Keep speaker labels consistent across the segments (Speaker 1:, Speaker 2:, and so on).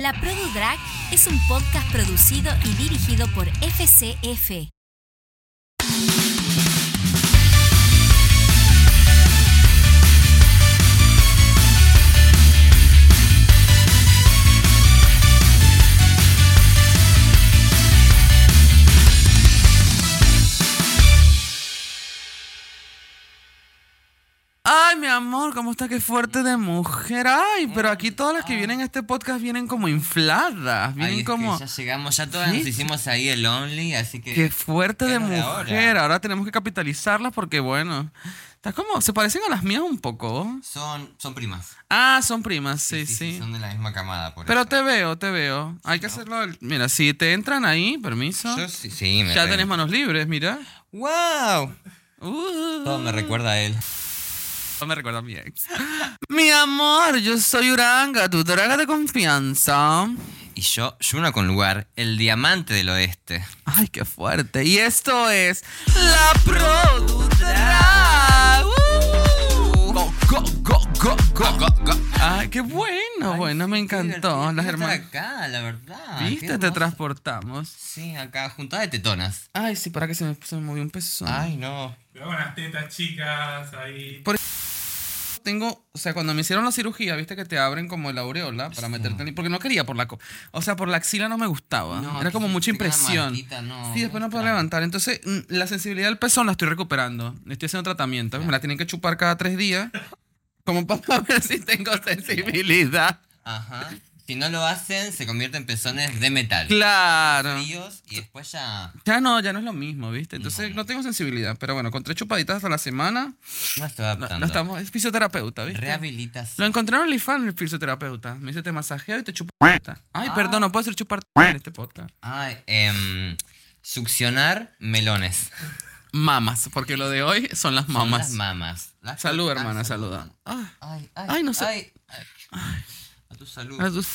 Speaker 1: La Produ Drag es un podcast producido y dirigido por FCF.
Speaker 2: Ay, mi amor, cómo está qué fuerte de mujer. Ay, pero aquí todas las que vienen a este podcast vienen como infladas,
Speaker 3: Eh, ah. Ay,
Speaker 2: vienen
Speaker 3: es que
Speaker 2: como
Speaker 3: ya llegamos, ya todas
Speaker 2: ¿Sí?
Speaker 3: nos hicimos ahí el Only, así que.
Speaker 2: qué fuerte
Speaker 3: ¿Qué
Speaker 2: de
Speaker 3: es lo de
Speaker 2: mujer.
Speaker 3: ahora?
Speaker 2: Ahora tenemos que capitalizarlas porque bueno, estás como se parecen a las mías un poco.
Speaker 3: Son, son primas.
Speaker 2: Ah, son primas, sí, sí.
Speaker 3: Son de la misma camada, por
Speaker 2: Pero
Speaker 3: eso.
Speaker 2: te veo, te veo. Hay que hacerlo. el- Mira, si te entran ahí, permiso.
Speaker 3: Yo sí, sí, me
Speaker 2: Ya
Speaker 3: re-
Speaker 2: tenés manos libres, mira.
Speaker 3: ¡Wow!
Speaker 2: Uh.
Speaker 3: Todo me recuerda a él.
Speaker 2: No me recuerda a mi ex. Mi amor, yo soy Uranga, tu draga de confianza.
Speaker 3: Y yo, Yuna con lugar, el diamante del oeste.
Speaker 2: Ay, qué fuerte. Y esto es La Uh. Produdra.
Speaker 3: Go, go, go, go, go, go, go.
Speaker 2: Ay, qué bueno, bueno, me encantó.
Speaker 3: Qué
Speaker 2: Las
Speaker 3: divertido estar
Speaker 2: hermanas.
Speaker 3: acá, la verdad. qué
Speaker 2: ¿Viste? Te
Speaker 3: hermoso.
Speaker 2: transportamos.
Speaker 3: Sí, acá, juntada de tetonas.
Speaker 2: Ay, sí, para que se me, se me movió un pezón.
Speaker 3: Ay, no.
Speaker 4: Pero buenas tetas, chicas, ahí.
Speaker 2: Tengo, o sea, cuando me hicieron la cirugía, viste que te abren como la aureola para meterte en el- Porque no quería por la... co- O sea, por la axila no me gustaba.
Speaker 3: No,
Speaker 2: Ah, Era
Speaker 3: que
Speaker 2: como
Speaker 3: se
Speaker 2: mucha
Speaker 3: te queda
Speaker 2: impresión.
Speaker 3: marquita, no,
Speaker 2: sí, después no puedo
Speaker 3: claro.
Speaker 2: levantar. Entonces, mm, la sensibilidad del pezón la estoy recuperando. Estoy haciendo tratamiento. Me la tienen que chupar cada tres días. Como para ver si tengo sensibilidad.
Speaker 3: Ajá. Si no lo hacen, se convierte en pezones de metal.
Speaker 2: Claro.
Speaker 3: Fríos y después ya.
Speaker 2: Ya no, ya no es lo mismo, ¿viste? Entonces, no tengo sensibilidad. Pero bueno, con tres chupaditas hasta la semana,
Speaker 3: No estoy
Speaker 2: no,
Speaker 3: adaptando.
Speaker 2: no estamos... Es fisioterapeuta, ¿viste? Lo
Speaker 3: Rehabilitación.
Speaker 2: encontraron en OnlyFans, el fisioterapeuta. Me dice, te masajeo y te chupo. la teta". Ay, perdón, no puedo hacer chupar teta en este podcast.
Speaker 3: Ay, em, succionar melones.
Speaker 2: Mamas, porque lo de hoy son las
Speaker 3: Son
Speaker 2: mamas.
Speaker 3: Las mamas. Las-
Speaker 2: salud,
Speaker 3: ah,
Speaker 2: hermana, saluda. Ah,
Speaker 3: Ay, ay,
Speaker 2: Ay, no sé.
Speaker 3: ay, ay. A tu salud.
Speaker 2: a tus-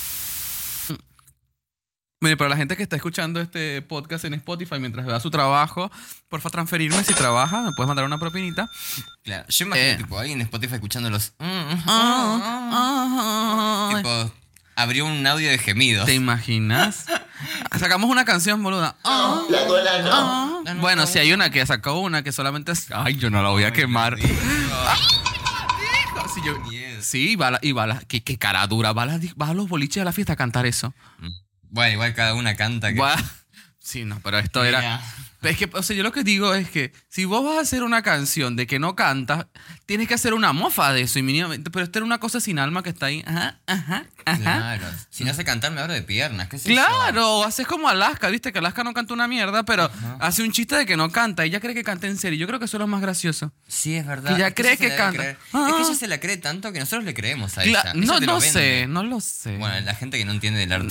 Speaker 2: Mire, para la gente que está escuchando este podcast en Spotify mientras vea su trabajo, porfa transferirme si trabaja, me puedes mandar una propinita.
Speaker 3: Claro, yo imagino
Speaker 2: Eh.
Speaker 3: tipo alguien en Spotify escuchando los. mm, mm,
Speaker 2: Ah, ah, ah.
Speaker 3: tipo, abrió un audio de gemidos.
Speaker 2: ¿Te imaginas? Sacamos una canción, boluda. Ah, ah.
Speaker 3: No, no,
Speaker 2: Bueno,
Speaker 3: no.
Speaker 2: si hay una que sacó una que solamente... es- Ay, yo no la voy a quemar. Ah. Sí, yo-
Speaker 3: Yes.
Speaker 2: sí, va a la- y va a la- qué, qué cara dura, va a, la- va a los boliches de la fiesta a cantar eso.
Speaker 3: Bueno, igual cada una canta. que-
Speaker 2: Va- sí, no, pero esto era...
Speaker 3: Mira.
Speaker 2: Es que, o sea, yo lo que digo es que si vos vas a hacer una canción de que no cantas, tienes que hacer una mofa de eso. Y mínimamente- pero esto era una cosa sin alma que está ahí. Ajá, ajá, ajá.
Speaker 3: Claro. Si no sé cantar, me abro de piernas. ¿Qué es eso?
Speaker 2: Claro, o haces como Alaska, viste que Alaska no canta una mierda, pero hace un chiste de que no canta. Ella cree que canta en serio. Yo creo que eso es lo más gracioso.
Speaker 3: Sí, es verdad.
Speaker 2: Que ya
Speaker 3: Es
Speaker 2: cree
Speaker 3: ella se
Speaker 2: que
Speaker 3: la debe
Speaker 2: canta.
Speaker 3: creer.
Speaker 2: Ah.
Speaker 3: Es que ella se la cree tanto que nosotros le creemos a
Speaker 2: Cla-
Speaker 3: ella. Ella
Speaker 2: no,
Speaker 3: te lo
Speaker 2: no
Speaker 3: vende.
Speaker 2: sé, no lo sé.
Speaker 3: Bueno, la gente que no entiende del arte.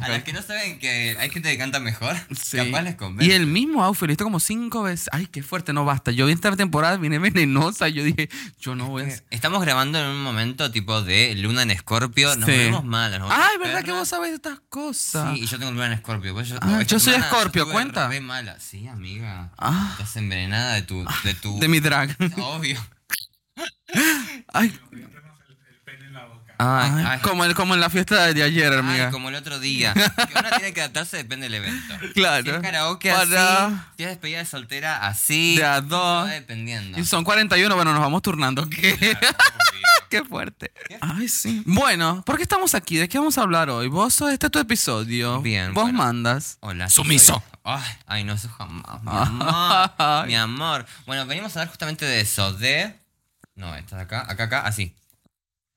Speaker 3: A los que no saben que hay gente que canta mejor,
Speaker 2: Sí.
Speaker 3: capaz les
Speaker 2: Y
Speaker 3: convence.
Speaker 2: el mismo outfit, esto como cinco veces. Ay, qué fuerte, no basta. Yo vi esta temporada, vine venenosa. Yo dije, yo no voy a.
Speaker 3: Estamos grabando en un momento tipo de luna en escorpio. Nos
Speaker 2: Sí.
Speaker 3: volvemos malas. nos volvemos
Speaker 2: Ay, Ah, verdad que
Speaker 3: perras.
Speaker 2: vos sabés de estas cosas.
Speaker 3: Sí, y yo tengo luna en escorpio. pues yo,
Speaker 2: Ah,
Speaker 3: no, esta
Speaker 2: yo soy
Speaker 3: semana
Speaker 2: Escorpio,
Speaker 3: estuve
Speaker 2: cuenta.
Speaker 3: Re mala. Sí, amiga.
Speaker 2: Ah.
Speaker 3: Estás envenenada de tu. De, tu, Ah,
Speaker 2: De mi drag.
Speaker 3: Obvio.
Speaker 2: Ay. Ah,
Speaker 4: El pene en la boca.
Speaker 2: Ay,
Speaker 3: ay.
Speaker 2: Como, el, como en la fiesta de ayer, amiga.
Speaker 3: Ay, como el otro día. Que uno tiene que adaptarse depende del evento.
Speaker 2: Claro.
Speaker 3: Si es karaoke
Speaker 2: Para-
Speaker 3: así, si es despedida de soltera así.
Speaker 2: De a
Speaker 3: Va
Speaker 2: dos.
Speaker 3: dependiendo.
Speaker 2: Y son 41, bueno, nos vamos turnando. ¿Qué? Qué fuerte. Ay, sí. Bueno, ¿por qué estamos aquí? ¿De qué vamos a hablar hoy? Vos sos este es tu episodio.
Speaker 3: Bien,
Speaker 2: Vos
Speaker 3: bueno.
Speaker 2: mandas.
Speaker 3: Hola.
Speaker 2: Sumiso.
Speaker 3: soy- Ay, ay, no, eso jamás. Mi amor. mi amor. Bueno, venimos a hablar justamente de eso. De. No, esta de acá, acá, acá, así.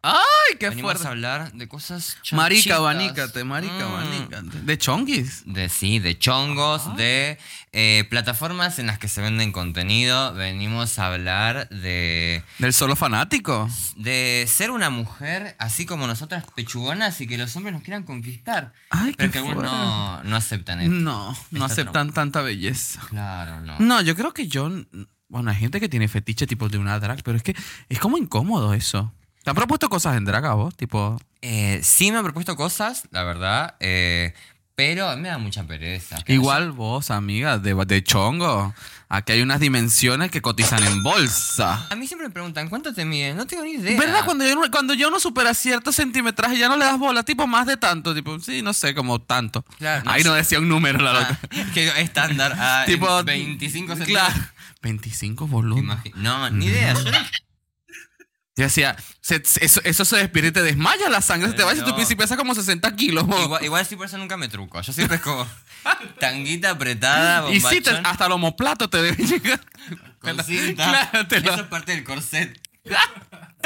Speaker 2: Ay, qué
Speaker 3: venimos a
Speaker 2: fuerte.
Speaker 3: hablar de cosas.
Speaker 2: Marica,
Speaker 3: chanchitas.
Speaker 2: abanícate, marica,
Speaker 3: Mm.
Speaker 2: abanícate. ¿De chonguis?
Speaker 3: De sí, de chongos, de eh, plataformas en las que se venden contenido. Venimos a hablar de.
Speaker 2: ¿Del solo fanático?
Speaker 3: de ser una mujer así como nosotras pechugonas y que los hombres nos quieran conquistar.
Speaker 2: Ay,
Speaker 3: pero
Speaker 2: qué
Speaker 3: que algunos
Speaker 2: fuerte. Mm.
Speaker 3: no, no aceptan eso.
Speaker 2: No, no
Speaker 3: Está
Speaker 2: aceptan tanta belleza.
Speaker 3: Claro, no.
Speaker 2: No, yo creo que yo. Bueno, hay gente que tiene fetiche tipo de una drag, pero es que es como incómodo eso. ¿Te han propuesto cosas en drag a vos? Tipo.
Speaker 3: Eh, sí me han propuesto cosas, la verdad, eh, Pero me da mucha pereza. Que
Speaker 2: Igual vos, amiga, de, de chongo. Aquí hay unas dimensiones que cotizan en bolsa.
Speaker 3: A mí siempre me preguntan, ¿cuánto te miden? No tengo ni idea.
Speaker 2: ¿Verdad? Cuando yo, no- cuando yo no supera cierto centimetraje, ya no le das bola, tipo más de tanto. Tipo, sí, no sé, como tanto.
Speaker 3: Claro, no
Speaker 2: Ahí no decía un número, la
Speaker 3: Ah,
Speaker 2: loca.
Speaker 3: que estándar. ah, en
Speaker 2: tipo,
Speaker 3: 25
Speaker 2: claro.
Speaker 3: centímetros.
Speaker 2: 25 volumen.
Speaker 3: Imagi- No, ni idea. Yo no-
Speaker 2: Yo decía, se- se- eso, eso se despierta y te desmaya la sangre, se te va y
Speaker 3: No.
Speaker 2: tu y pesa como 60 kilos. vos.
Speaker 3: igual, igual sí, por eso nunca me truco. Yo siempre es como tanguita apretada,
Speaker 2: y sí, te-
Speaker 3: bombachón,
Speaker 2: hasta el homoplato te debe llegar.
Speaker 3: con cinta.
Speaker 2: Claro, te lo-
Speaker 3: Eso es parte del corset.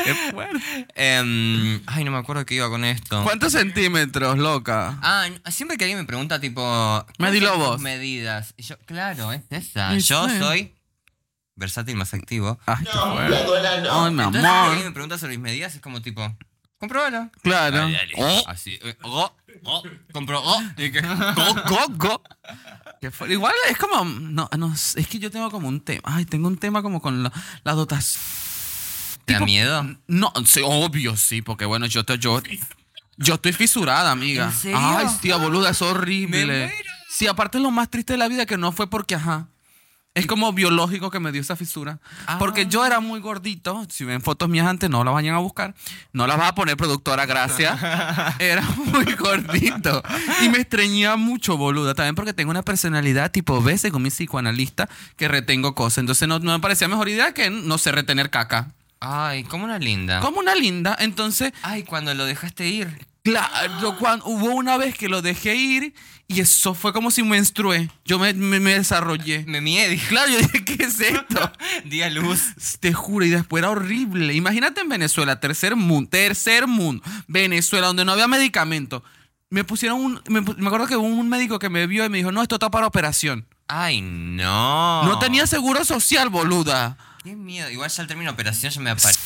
Speaker 2: Qué fuerte.
Speaker 3: Em, ay, no me acuerdo que iba con esto.
Speaker 2: ¿Cuántos centímetros, loca?
Speaker 3: Ah, no, siempre que alguien me pregunta, tipo.
Speaker 2: Medí
Speaker 3: ¿cuáles son
Speaker 2: lobos.
Speaker 3: tus Medidas. Y yo, claro, es esa.
Speaker 2: Y
Speaker 3: Yo
Speaker 2: sí.
Speaker 3: soy versátil más activo.
Speaker 2: Ay, Ah, qué fuerte. Ay, mi
Speaker 3: Entonces, cuando alguien
Speaker 2: amor.
Speaker 3: me pregunta sobre mis medidas, es como tipo. Compruébalo.
Speaker 2: Claro.
Speaker 3: Dale, dale.
Speaker 2: Oh,
Speaker 3: Así. eh, oh, oh, compro. oh. Y que-
Speaker 2: go, go, go. Qué fuerte. Igual es como. No, no, es que yo tengo como un tema. Ay, tengo un tema como con la, la dotación.
Speaker 3: ¿Te da
Speaker 2: Tipo- mm.
Speaker 3: miedo?
Speaker 2: No, sí, obvio, sí, porque bueno, yo, te- yo, yo estoy fisurada, amiga.
Speaker 3: ¿En serio?
Speaker 2: Ay, tía boluda, es horrible.
Speaker 3: Me muero.
Speaker 2: Sí, aparte lo más triste de la vida que no fue porque, ajá. Es como biológico que me dio esa fisura.
Speaker 3: Ah.
Speaker 2: Porque yo era muy gordito. Si ven fotos mías antes, no las vayan a buscar. No las va a poner productora, gracias. Era muy gordito. Y me estreñía mucho, boluda. También porque tengo una personalidad tipo B, según mi psicoanalista, que retengo cosas. Entonces no, no me parecía mejor idea que no sé retener caca.
Speaker 3: Ay, como una linda.
Speaker 2: Como una linda. Entonces,
Speaker 3: Ay, cuando lo dejaste ir.
Speaker 2: claro, cuando, hubo una vez que lo dejé ir y eso fue como si menstrué. Yo me, me- me desarrollé.
Speaker 3: Me miedí.
Speaker 2: Claro, yo dije, ¿qué es esto?
Speaker 3: Di a luz.
Speaker 2: Te juro, y después era horrible. Imagínate en Venezuela, tercer mundo, tercer mundo, Venezuela, donde no había medicamento. Me pusieron un. Me, pu- me acuerdo que hubo un médico que me vio y me dijo, no, esto está para operación.
Speaker 3: Ay, no.
Speaker 2: No tenía seguro social, boluda.
Speaker 3: Qué miedo. Igual ya el término operación ya me aparece.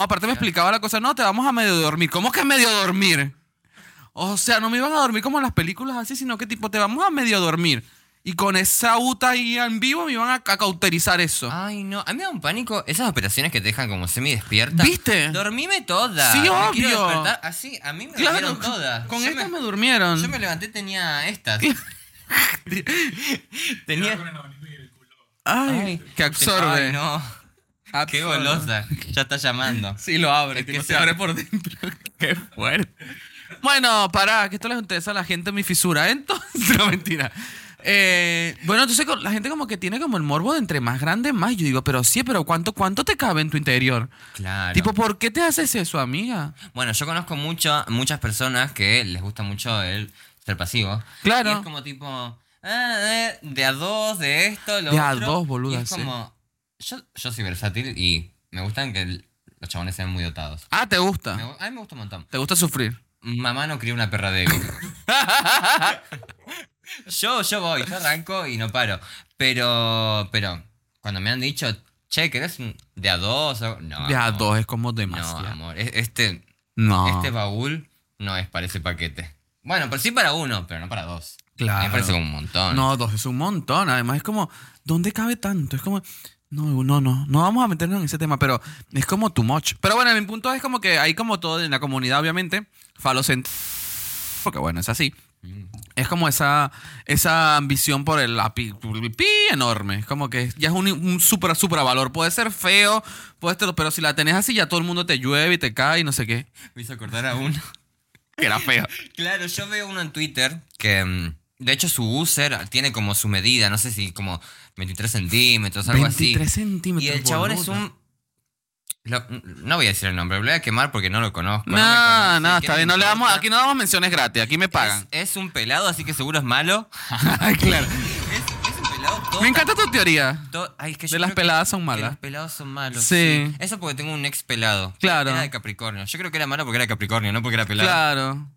Speaker 2: Aparte me explicaba la cosa, no, te vamos a medio dormir. ¿Cómo que medio dormir? O sea, no me iban a dormir como en las películas así, sino que tipo, te vamos a medio dormir. Y con esa UTA ahí en vivo me iban a, ca- cauterizar eso.
Speaker 3: Ay, no. A mí me da un pánico esas operaciones que te dejan como semi despierta.
Speaker 2: ¿Viste?
Speaker 3: Dormime toda.
Speaker 2: Sí,
Speaker 3: Me quiero
Speaker 2: obvio.
Speaker 3: despertar. Así, a mí me
Speaker 2: claro,
Speaker 3: durmieron todas.
Speaker 2: con
Speaker 3: yo
Speaker 2: estas me,
Speaker 3: me,
Speaker 2: durmieron.
Speaker 3: Yo me levanté tenía estas.
Speaker 4: Quedaba
Speaker 3: tenía
Speaker 4: con el abanico y el culo.
Speaker 2: Ay,
Speaker 3: Ay,
Speaker 2: que absorbe.
Speaker 3: Ay, no. Qué
Speaker 2: Absorbe.
Speaker 3: golosa. Ya está llamando.
Speaker 2: Sí, lo abre,
Speaker 3: Es que
Speaker 2: tipo,
Speaker 3: se-
Speaker 2: se abre por dentro. Qué fuerte. Bueno, pará, que esto les interesa a la gente mi fisura. ¿eh? Entonces, no, mentira. Eh, bueno, entonces con- la gente como que tiene como el morbo de entre más grande, más. Yo digo, pero sí, pero ¿cuánto, cuánto te cabe en tu interior?
Speaker 3: Claro.
Speaker 2: Tipo, ¿por qué te haces eso, amiga?
Speaker 3: Bueno, yo conozco mucho, muchas personas que les gusta mucho el ser pasivo.
Speaker 2: Claro.
Speaker 3: Y es como tipo, ah, eh, de a dos, de esto, lo
Speaker 2: De a
Speaker 3: otro.
Speaker 2: dos,
Speaker 3: Y
Speaker 2: boluda,
Speaker 3: es
Speaker 2: sí.
Speaker 3: como, yo, yo soy versátil y me gustan que el- los chabones sean muy dotados.
Speaker 2: Ah, te
Speaker 3: Me
Speaker 2: gusta.
Speaker 3: gu- a mí me gusta un montón.
Speaker 2: Te gusta sufrir.
Speaker 3: Mamá no crió una perra de... yo, yo voy, yo arranco y no paro. Pero, pero, cuando me han dicho, che, ¿querés un de a dos? o-?" Ah, No.
Speaker 2: De a
Speaker 3: amor.
Speaker 2: dos es como
Speaker 3: No,
Speaker 2: demasiado. Ah.
Speaker 3: amor. e- Este...
Speaker 2: No.
Speaker 3: Este baúl no es para ese paquete. Bueno, pero sí para uno, pero no para dos.
Speaker 2: Claro.
Speaker 3: Me parece un montón.
Speaker 2: No, dos es un montón. Además, es como, ¿dónde cabe tanto? Es como, no, no, no, no vamos a meternos en ese tema, pero es como too much. Pero bueno, mi punto es como que hay como todo en la comunidad, obviamente, falocent... Porque bueno, es así. Es como esa, esa ambición por el api- pi enorme. Es como que ya es un, un super, super valor. Puede ser feo, puede ser- pero si la tenés así, ya todo el mundo te llueve y te cae y no sé qué.
Speaker 3: Me hizo acordar a uno.
Speaker 2: Que era feo.
Speaker 3: claro, yo veo uno en Twitter que. mm, De hecho, su user tiene como su medida, no sé si como 23 centímetros, algo
Speaker 2: 23
Speaker 3: así.
Speaker 2: centímetros.
Speaker 3: Y el chabón es
Speaker 2: boluda.
Speaker 3: un. lo- mm, no voy a decir el nombre, lo voy a quemar porque no lo conozco. me
Speaker 2: No,
Speaker 3: conoce,
Speaker 2: no,
Speaker 3: ¿qué
Speaker 2: está
Speaker 3: me
Speaker 2: bien. No le damos,
Speaker 3: importa?
Speaker 2: aquí no damos menciones gratis, aquí me pagan.
Speaker 3: Es, es un pelado, así que seguro es malo.
Speaker 2: claro.
Speaker 3: Es, es un pelado todo.
Speaker 2: Me encanta tu teoría.
Speaker 3: To- ay, es que yo
Speaker 2: De las
Speaker 3: creo que-
Speaker 2: peladas son
Speaker 3: que
Speaker 2: malas.
Speaker 3: los pelados son malos.
Speaker 2: Sí.
Speaker 3: Sí. Eso porque tengo un ex pelado.
Speaker 2: Claro.
Speaker 3: Era de Capricornio. Yo creo que era malo porque era Capricornio, no porque era pelado.
Speaker 2: Claro.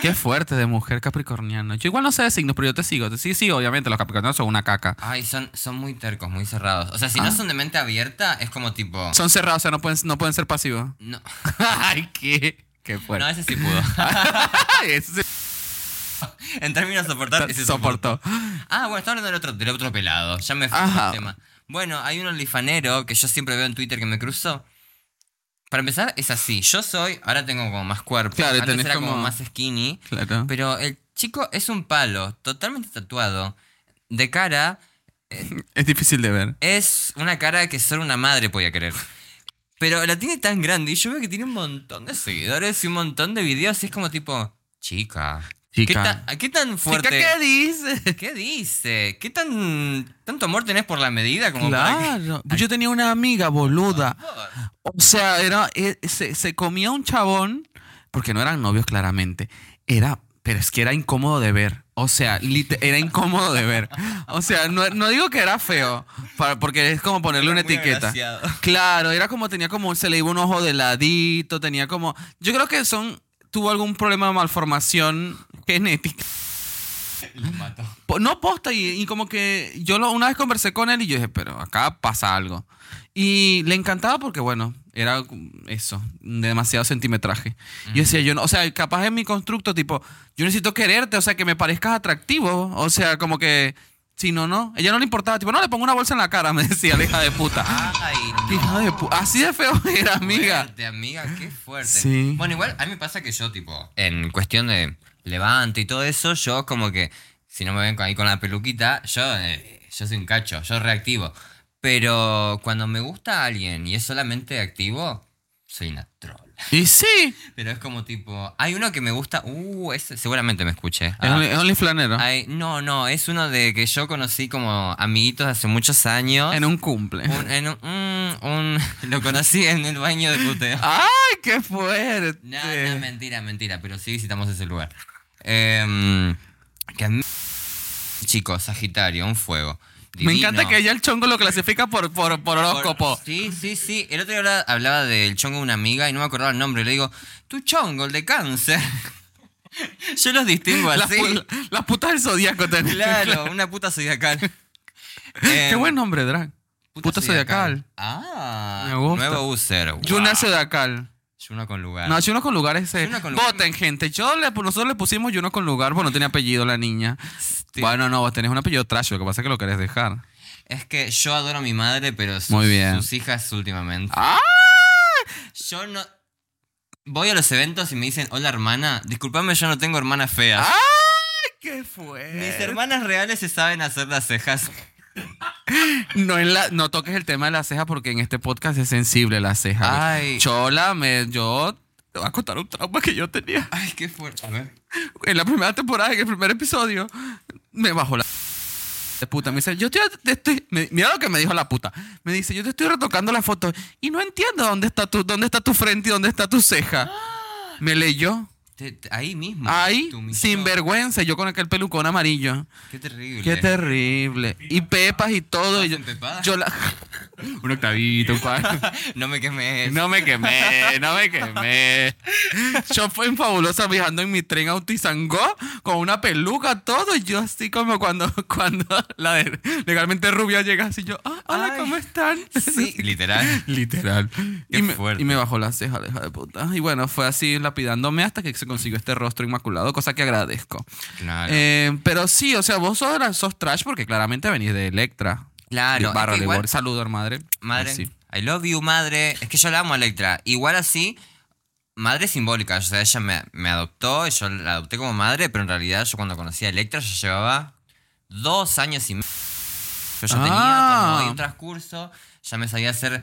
Speaker 2: Qué fuerte de mujer capricorniana. Yo igual no sé de signos, pero yo te sigo. Te- Sí, sí, obviamente, los capricornianos son una caca.
Speaker 3: Ay, son, son muy tercos, muy cerrados. O sea, si no
Speaker 2: Ah.
Speaker 3: son de mente abierta, es como tipo.
Speaker 2: Son cerrados, o sea, no pueden, no pueden ser pasivos.
Speaker 3: No,
Speaker 2: Ay, qué. Qué
Speaker 3: no,
Speaker 2: fuerte.
Speaker 3: ese sí pudo.
Speaker 2: Ah. Eso se
Speaker 3: en términos de soportar, ese sí
Speaker 2: soportó.
Speaker 3: pudo. Ah, bueno, estaba hablando del otro, del otro pelado. Ya me fui
Speaker 2: Ajá.
Speaker 3: del tema. Bueno, hay un olifanero que yo siempre veo en Twitter que me cruzó. Para empezar, es así. Yo soy. Ahora tengo como más cuerpo.
Speaker 2: Claro,
Speaker 3: Antes
Speaker 2: tenés
Speaker 3: era como...
Speaker 2: como-
Speaker 3: más skinny.
Speaker 2: Claro.
Speaker 3: Pero el chico es un palo, totalmente tatuado. De cara,
Speaker 2: Es difícil de ver.
Speaker 3: es una cara que solo una madre podía querer. Pero la tiene tan grande y yo veo que tiene un montón de seguidores y un montón de videos y es como tipo, chica.
Speaker 2: Chica.
Speaker 3: ¿Qué, tan- qué tan fuerte?
Speaker 2: Chica, ¿qué dices?
Speaker 3: ¿Qué dice? ¿Qué tan tanto amor tenés por la medida como para que-
Speaker 2: Claro. Yo tenía una amiga boluda.
Speaker 3: Por-
Speaker 2: O sea, era, eh, se, se comía un chabón, porque no eran novios claramente. Era, pero es que era incómodo de ver. O sea, lite- era incómodo de ver. O sea, no, no digo que era feo, para- porque es como ponerle
Speaker 3: Era
Speaker 2: una
Speaker 3: muy
Speaker 2: etiqueta.
Speaker 3: agraciado.
Speaker 2: Claro, era como, tenía como, se le iba un ojo de ladito, tenía como, yo creo que son, tuvo algún problema de malformación genética.
Speaker 3: Lo mató.
Speaker 2: Po- No posta, y, y como que yo lo- una vez conversé con él y yo dije, pero acá pasa algo. Y le encantaba porque, bueno, era eso, demasiado centimetraje. Yo decía, yo no, o sea, capaz en mi constructo, tipo, yo necesito quererte, o sea, que me parezcas atractivo, o sea, como que, si no, no. Ella no le importaba, tipo, no, le pongo una bolsa en la cara, me decía la hija de puta.
Speaker 3: Ay,
Speaker 2: Hija de puta. Así de feo era, amiga.
Speaker 3: Fuerte, amiga, qué fuerte.
Speaker 2: Sí.
Speaker 3: Bueno, igual a mí me pasa que yo, tipo, en cuestión de levante y todo eso, yo como que, si no me ven con- ahí con la peluquita, yo, eh, yo soy un cacho, yo reactivo. Pero cuando me gusta alguien y es solamente activo, soy una troll.
Speaker 2: Y sí,
Speaker 3: Pero es como tipo, hay uno que me gusta, uh, ese seguramente me escuché.
Speaker 2: es
Speaker 3: Ah.
Speaker 2: only- es only flanero.
Speaker 3: Ay, no, no, es uno de que yo conocí como amiguitos hace muchos años.
Speaker 2: En un cumple.
Speaker 3: Un- en un- mm, un- lo conocí en el baño de puteo.
Speaker 2: ¡Ay, qué fuerte!
Speaker 3: No,
Speaker 2: Eh.
Speaker 3: no, mentira, mentira, pero sí visitamos ese lugar. Em, que a mí- chico, Sagitario, un fuego.
Speaker 2: Me
Speaker 3: divino.
Speaker 2: encanta que ella el chongo lo clasifica por, por, por horóscopo.
Speaker 3: Sí, sí, sí. El otro día hablaba, hablaba del chongo de una amiga y no me acordaba el nombre. Le digo, tu chongo, el de cáncer. Yo los distingo
Speaker 2: Las,
Speaker 3: así.
Speaker 2: pu- las putas del zodiaco también.
Speaker 3: Claro, una puta zodiacal.
Speaker 2: Qué
Speaker 3: Em,
Speaker 2: buen nombre, Drag. Puta zodiacal.
Speaker 3: Ah,
Speaker 2: Me gusta.
Speaker 3: nuevo user. Wow.
Speaker 2: Yuna zodiacal.
Speaker 3: Yuno con lugar.
Speaker 2: No, Yuno con lugar ese.
Speaker 3: Yuno con lugar.
Speaker 2: Voten, gente. Yo le- pues, nosotros le pusimos Yuno con lugar porque no tenía apellido la niña.
Speaker 3: Sí.
Speaker 2: Bueno, no, vos tenés un apellido trash, lo que pasa es que lo querés dejar.
Speaker 3: Es que yo adoro a mi madre, pero sus,
Speaker 2: Muy bien.
Speaker 3: sus hijas últimamente.
Speaker 2: ¡Ah!
Speaker 3: Yo no. Voy a los eventos y me dicen, hola hermana, disculpame, yo no tengo hermanas feas.
Speaker 2: ¡Ay, qué fuerte!
Speaker 3: Mis hermanas reales se saben hacer las cejas.
Speaker 2: No, en la- no toques el tema de la ceja porque en este podcast es sensible la ceja.
Speaker 3: Ay.
Speaker 2: Chola, me, yo te voy a contar un trauma que yo tenía.
Speaker 3: Ay, qué fuerte. A ver.
Speaker 2: en la primera temporada, en el primer episodio, me bajó la de puta. Me dice, yo te, te estoy. me- mira lo que me dijo la puta. Me dice, yo te estoy retocando la foto y no entiendo dónde está tu, dónde está tu frente y dónde está tu ceja. Me leyó.
Speaker 3: Te- te- ahí mismo.
Speaker 2: Ahí,
Speaker 3: Tu misión.
Speaker 2: sin vergüenza, yo con aquel pelucón amarillo.
Speaker 3: Qué terrible.
Speaker 2: Qué terrible. Y pepas y todo. y yo,
Speaker 3: ¿Hacen pepadas?
Speaker 2: yo la- un octavito, un cuarto.
Speaker 3: no me quemes.
Speaker 2: No me quemé, no me quemé. Yo fui en fabulosa viajando en mi tren a Utizangó con una peluca, todo. Y yo así como cuando, cuando la de legalmente rubia llega así, yo, "Ah, hola,
Speaker 3: Ay.
Speaker 2: ¿cómo están?
Speaker 3: Sí, literal.
Speaker 2: Literal.
Speaker 3: Qué
Speaker 2: Y me,
Speaker 3: fuerte.
Speaker 2: y me bajó la ceja, la hija de puta. Y bueno, fue así lapidándome hasta que se consiguió este rostro inmaculado, cosa que agradezco.
Speaker 3: Claro.
Speaker 2: Eh, pero sí, o sea, vos sos, sos trash porque claramente venís de Electra.
Speaker 3: Claro,
Speaker 2: De Barra
Speaker 3: es que
Speaker 2: de
Speaker 3: igual-
Speaker 2: Bor- Saludos, madre.
Speaker 3: Madre.
Speaker 2: Así.
Speaker 3: I love you, madre. Es que yo la amo a Electra. Igual así, madre simbólica. O sea, ella me, me adoptó, y yo la adopté como madre, pero en realidad yo cuando conocí a Electra yo llevaba dos años y medio. Pero yo
Speaker 2: Ah.
Speaker 3: tenía como un transcurso, ya me sabía hacer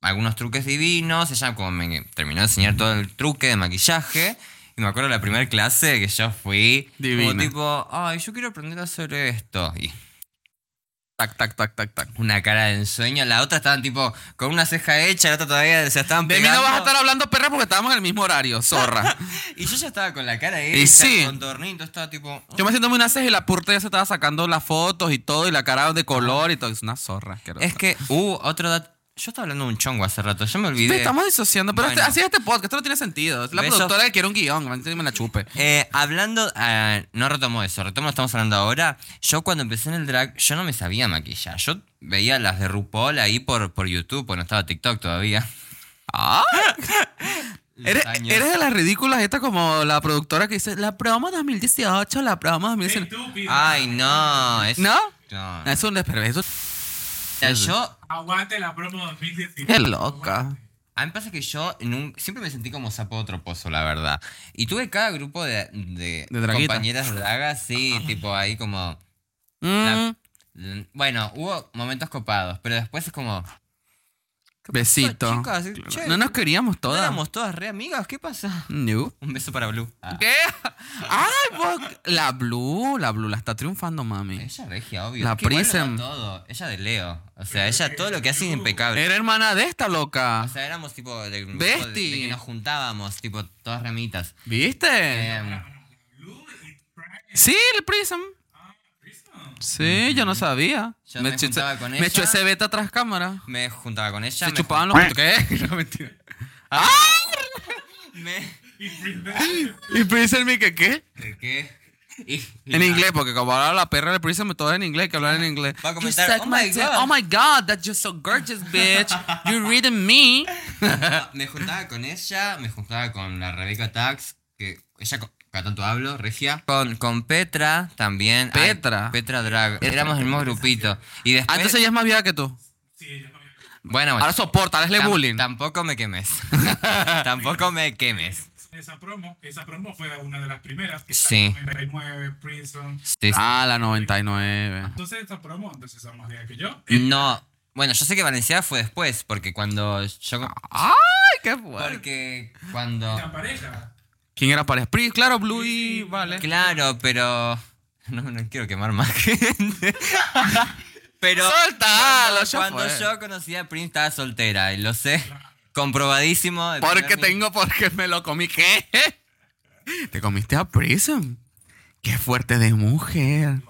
Speaker 3: algunos truques divinos, ella como me terminó de enseñar todo el truque de maquillaje. Y me acuerdo la primera clase que yo fui como
Speaker 2: Divina.
Speaker 3: tipo, ay, yo quiero aprender a hacer esto. Y
Speaker 2: Tac, tac, tac, tac, tac.
Speaker 3: una cara de ensueño. La otra estaban tipo con una ceja hecha, la otra todavía se estaban
Speaker 2: De mí
Speaker 3: pegando.
Speaker 2: no vas a estar hablando perra porque estábamos en el mismo horario, zorra.
Speaker 3: Y yo ya estaba con la cara hecha,
Speaker 2: Y sí.
Speaker 3: con tornito, estaba tipo.
Speaker 2: Yo me siento muy una ceja y la purta ya se estaba sacando las fotos y todo, y la cara de color y todo. Es una zorra. asquerosa.
Speaker 3: Es que, uh, otro dato. Yo estaba hablando de un chongo hace rato, yo me
Speaker 2: Te
Speaker 3: olvidé.
Speaker 2: estamos disociando, pero
Speaker 3: Bueno.
Speaker 2: este- así es este podcast, esto no tiene sentido. Es la
Speaker 3: Besos.
Speaker 2: productora que quiere un guión, man, que me la chupe.
Speaker 3: Eh, hablando, ah, no retomo eso, retomo lo que estamos hablando ahora. Yo cuando empecé en el drag, yo no me sabía maquillar. Yo veía las de RuPaul ahí por, por YouTube, pues no estaba TikTok todavía.
Speaker 2: Ah,
Speaker 3: Los
Speaker 2: eres,
Speaker 3: años.
Speaker 2: eres de las ridículas, esta como la productora que dice la promo 2018, la promo 2019.
Speaker 4: Estúpido.
Speaker 3: Ay, no. es-
Speaker 2: ¿No?
Speaker 3: no.
Speaker 2: Eso es un desperdicio.
Speaker 3: O sea, yo
Speaker 4: Aguante la promo 2019.
Speaker 2: Qué loca.
Speaker 3: A mí pasa que yo nun- siempre me sentí como sapo de otro pozo, la verdad. Y tuve cada grupo de, de,
Speaker 2: De draguita.
Speaker 3: compañeras dragas, sí, tipo ahí como...
Speaker 2: Mm,
Speaker 3: Mm, Bueno, hubo momentos copados, pero después es como...
Speaker 2: besito.
Speaker 3: chicas? Che,
Speaker 2: no nos queríamos
Speaker 3: ¿No
Speaker 2: todas.
Speaker 3: éramos todas re amigas? ¿Qué pasa?
Speaker 2: No.
Speaker 3: Un beso para Blue. Ah,
Speaker 2: ¿Qué? Ay, vos- La Blue, la Blue, la está triunfando, mami.
Speaker 3: Ella regia, obvio.
Speaker 2: La
Speaker 3: Es que igual lo da
Speaker 2: Prism.
Speaker 3: todo. Ella de Leo. O sea, ella todo lo que hace es impecable.
Speaker 2: Era hermana de esta
Speaker 3: O
Speaker 2: loca.
Speaker 3: sea, éramos tipo de, grupo de- de
Speaker 2: Besti.
Speaker 3: que nos juntábamos, tipo todas ramitas.
Speaker 2: ¿Viste?
Speaker 3: Em,
Speaker 4: Blue y Frank.
Speaker 2: Sí, el Prism.
Speaker 4: Prison.
Speaker 2: Sí, yo no sabía.
Speaker 3: Yo me
Speaker 2: eché-
Speaker 3: juntaba con
Speaker 2: me
Speaker 3: ella.
Speaker 2: echó ese beta tras cámara.
Speaker 3: me juntaba con ella.
Speaker 2: Se
Speaker 3: me
Speaker 2: chupaban los... ¿Qué? No, mentira. ¡Ah!
Speaker 3: jun- me-
Speaker 4: Y Prison.
Speaker 2: ¿Y Prism y que qué?
Speaker 3: ¿De qué? Y- y
Speaker 2: En
Speaker 3: la-
Speaker 2: inglés, porque como hablaba la perra del Prism, todo en inglés, que hablar en inglés.
Speaker 3: Va a
Speaker 2: You
Speaker 3: comentar,
Speaker 2: suck
Speaker 3: "Oh
Speaker 2: my
Speaker 3: my
Speaker 2: dick.
Speaker 3: God."
Speaker 2: Oh my God, that's just so gorgeous, bitch. You're reading me.
Speaker 3: Ah, me juntaba con ella, me juntaba con la Rebeca Tax, que ella co- cada tanto hablo, regia. Con, con Petra también. Ay,
Speaker 2: Petra.
Speaker 3: Petra Drag. Éramos el mismo grupito. Y
Speaker 2: Ah,
Speaker 3: después.
Speaker 2: entonces ella es más vieja que tú.
Speaker 4: Sí, ella no había-
Speaker 3: bueno, bueno.
Speaker 2: Ahora soporta, hazle
Speaker 3: Tam-
Speaker 2: bullying.
Speaker 3: Tampoco me quemes. tampoco me quemes.
Speaker 4: Esa promo, esa promo fue una de las primeras. que
Speaker 3: Sí.
Speaker 4: salió en 99, Prison.
Speaker 3: Sí, sí.
Speaker 2: Ah, la 99.
Speaker 4: Entonces esa promo, entonces esa más vieja que yo.
Speaker 3: No. Bueno, yo sé que Valenciaga fue después, porque cuando yo.
Speaker 2: ¡Ay, qué fuerte!
Speaker 3: Porque cuando.
Speaker 4: La pareja.
Speaker 2: ¿Quién era para Spree? Claro, Blue y... Vale.
Speaker 3: Claro, pero. No, no quiero quemar más gente. pero.
Speaker 2: Soltalo, Ah, ya
Speaker 3: Cuando,
Speaker 2: fue.
Speaker 3: cuando yo conocí a Prince estaba soltera, y lo sé. Comprobadísimo. de
Speaker 2: Porque
Speaker 3: primer mi-
Speaker 2: tengo, porque me lo comí. ¿Qué? ¿Te comiste a Prism? Qué fuerte de mujer.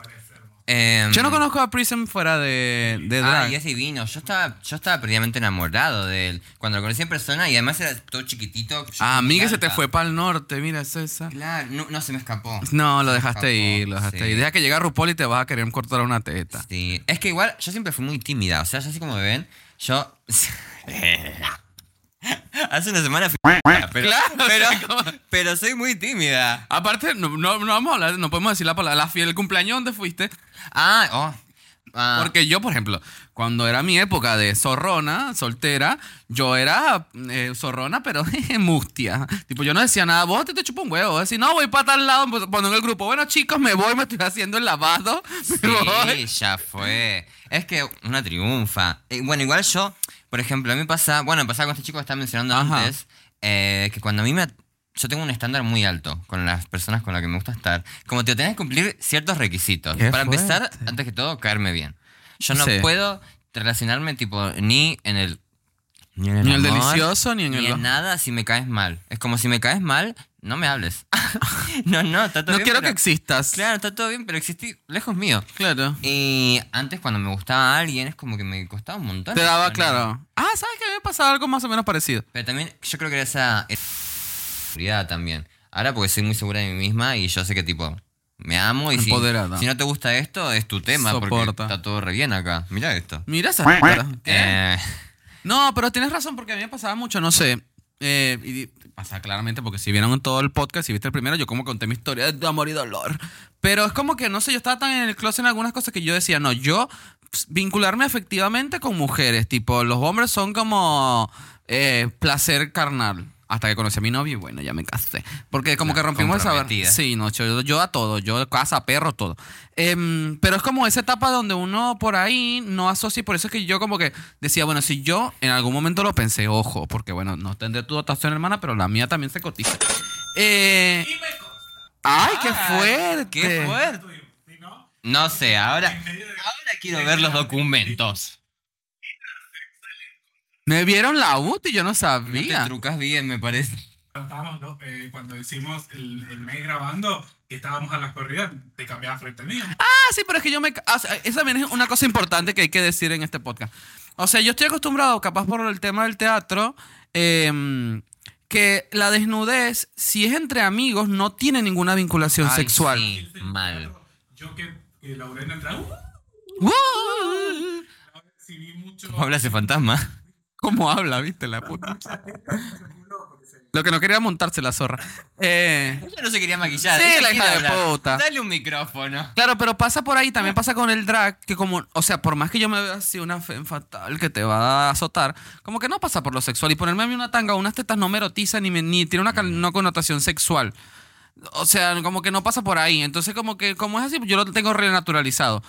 Speaker 3: Em,
Speaker 2: Yo no conozco a Prism fuera de, de
Speaker 3: Ah,
Speaker 2: drag.
Speaker 3: y es divino. Yo estaba, yo estaba perdidamente enamorado de él. Cuando lo conocí en persona y además era todo chiquitito. yo-
Speaker 2: A mí que Ah, se te
Speaker 3: alta.
Speaker 2: fue para el norte, mira, César.
Speaker 3: Claro, no, no, se me escapó.
Speaker 2: No, lo dejaste
Speaker 3: Escapó,
Speaker 2: ir, lo dejaste
Speaker 3: sí.
Speaker 2: ir. Deja que llega RuPaul y te vas a querer cortar una teta.
Speaker 3: Sí. Es que igual yo siempre fui muy tímida. O sea, yo así como me ven, yo. Hace una semana fui. Pero, pero, pero soy muy tímida.
Speaker 2: Aparte, no, no- no vamos a hablar, no podemos decir la palabra. La fiel cumpleaños donde fuiste.
Speaker 3: Ah, oh. Ah,
Speaker 2: Porque yo, por ejemplo, cuando era mi época de zorrona, soltera, yo era eh, zorrona, pero mustia. Tipo, yo no decía nada, vos te, te chupo un huevo. Decía, no, voy para tal lado, pues, cuando en el grupo, bueno, chicos, me voy, me estoy haciendo el lavado. me
Speaker 3: Sí,
Speaker 2: voy".
Speaker 3: ya fue. Es que una triunfa. Eh, bueno, igual yo, por ejemplo, a mí me pasa, bueno, pasaba con este chico que estaba mencionando
Speaker 2: Ajá.
Speaker 3: antes, eh, que cuando a mí me... Yo tengo un estándar muy alto con las personas con las que me gusta estar. Como te tenés que cumplir ciertos requisitos.
Speaker 2: Qué
Speaker 3: Para empezar,
Speaker 2: fuerte.
Speaker 3: antes que todo, caerme bien. Yo no
Speaker 2: Sí.
Speaker 3: puedo relacionarme tipo ni en el... Ni en el,
Speaker 2: Ni el
Speaker 3: amor,
Speaker 2: delicioso, ni en el...
Speaker 3: Ni en nada si me caes mal. Es como si me caes mal, no me hables. no, no, está todo
Speaker 2: no
Speaker 3: bien,
Speaker 2: quiero que
Speaker 3: pero-
Speaker 2: existas.
Speaker 3: Claro, está todo bien, pero existí lejos mío.
Speaker 2: Claro.
Speaker 3: Y antes cuando me gustaba alguien es como que me costaba un montón.
Speaker 2: Te daba
Speaker 3: Bueno,
Speaker 2: claro. Ah, ¿sabes que había pasado algo más o menos parecido?
Speaker 3: Pero también yo creo que era esa seguridad también. Ahora porque soy muy segura de mí misma y yo sé que tipo me amo y si,
Speaker 2: Empoderada.
Speaker 3: si no te gusta esto es tu tema porque
Speaker 2: Soporta.
Speaker 3: está todo re bien acá. Mira esto.
Speaker 2: Mira esa cara.
Speaker 3: Eh,
Speaker 2: No, pero tienes razón porque a mí me pasaba mucho, no sé. eh, y pasa claramente porque si vieron todo el podcast, si viste el primero, yo como conté mi historia de amor y dolor. Pero es como que, no sé, yo estaba tan en el closet en algunas cosas que yo decía, no, yo pues, vincularme afectivamente con mujeres, tipo, los hombres son como eh, placer carnal. Hasta que conocí a mi novio y bueno, ya me casé. Porque como
Speaker 3: La
Speaker 2: que rompimos el saber.
Speaker 3: comprometida.
Speaker 2: Sí, no, yo, yo a todo, yo casa, perro, todo. Em, pero es como esa etapa donde uno por ahí no asocia, y por eso es que yo como que decía, bueno, si yo en algún momento lo pensé, ojo, porque bueno, no tendré tu dotación hermana, pero la mía también se cotiza. Eh,
Speaker 4: Y me consta.
Speaker 2: ¡Ay, qué
Speaker 3: ah,
Speaker 2: fuerte!
Speaker 3: ¡Qué fuerte!
Speaker 4: Estoy- si no,
Speaker 3: No sé, ahora,
Speaker 4: en medio de-
Speaker 3: ahora quiero ver los documentos.
Speaker 2: Me vieron la UT y yo no
Speaker 3: No te
Speaker 2: sabía.
Speaker 3: trucas bien, me parece.
Speaker 4: estábamos, ¿no? Eh, cuando hicimos el, el mes grabando, que estábamos a las corridas, te cambiaba frente mío.
Speaker 2: Ah, sí, pero es que yo me... ca- ah, o sea, Esa también es una cosa importante que hay que decir en este podcast. O sea, yo estoy acostumbrado, capaz por el tema del teatro, em, que la desnudez, si es entre amigos, no tiene ninguna vinculación
Speaker 3: Ay,
Speaker 2: sexual.
Speaker 3: sí, mal.
Speaker 4: Yo que, que laburé en el trago,
Speaker 2: ¡Uh!
Speaker 4: sí vi mucho.
Speaker 3: ¿Cómo habla ese fantasma?
Speaker 2: ¿Cómo habla, viste, la puta?
Speaker 4: mucha gente que se culo porque se-
Speaker 2: Lo que no quería montarse la zorra. Eh,
Speaker 3: Ella no se quería maquillar.
Speaker 2: Sí,
Speaker 3: ella
Speaker 2: la hija
Speaker 3: quiere
Speaker 2: de
Speaker 3: hablar.
Speaker 2: puta.
Speaker 3: Dale un micrófono.
Speaker 2: Claro, pero pasa por ahí, también pasa con el drag, que como, o sea, por más que yo me vea así una fe fatal que te va a azotar, como que no pasa por lo sexual. Y ponerme a mí una tanga o unas tetas no me erotiza ni, me- ni tiene una, cal- una connotación sexual. O sea, como que no pasa por ahí. Entonces, como que, como es así, yo lo tengo renaturalizado.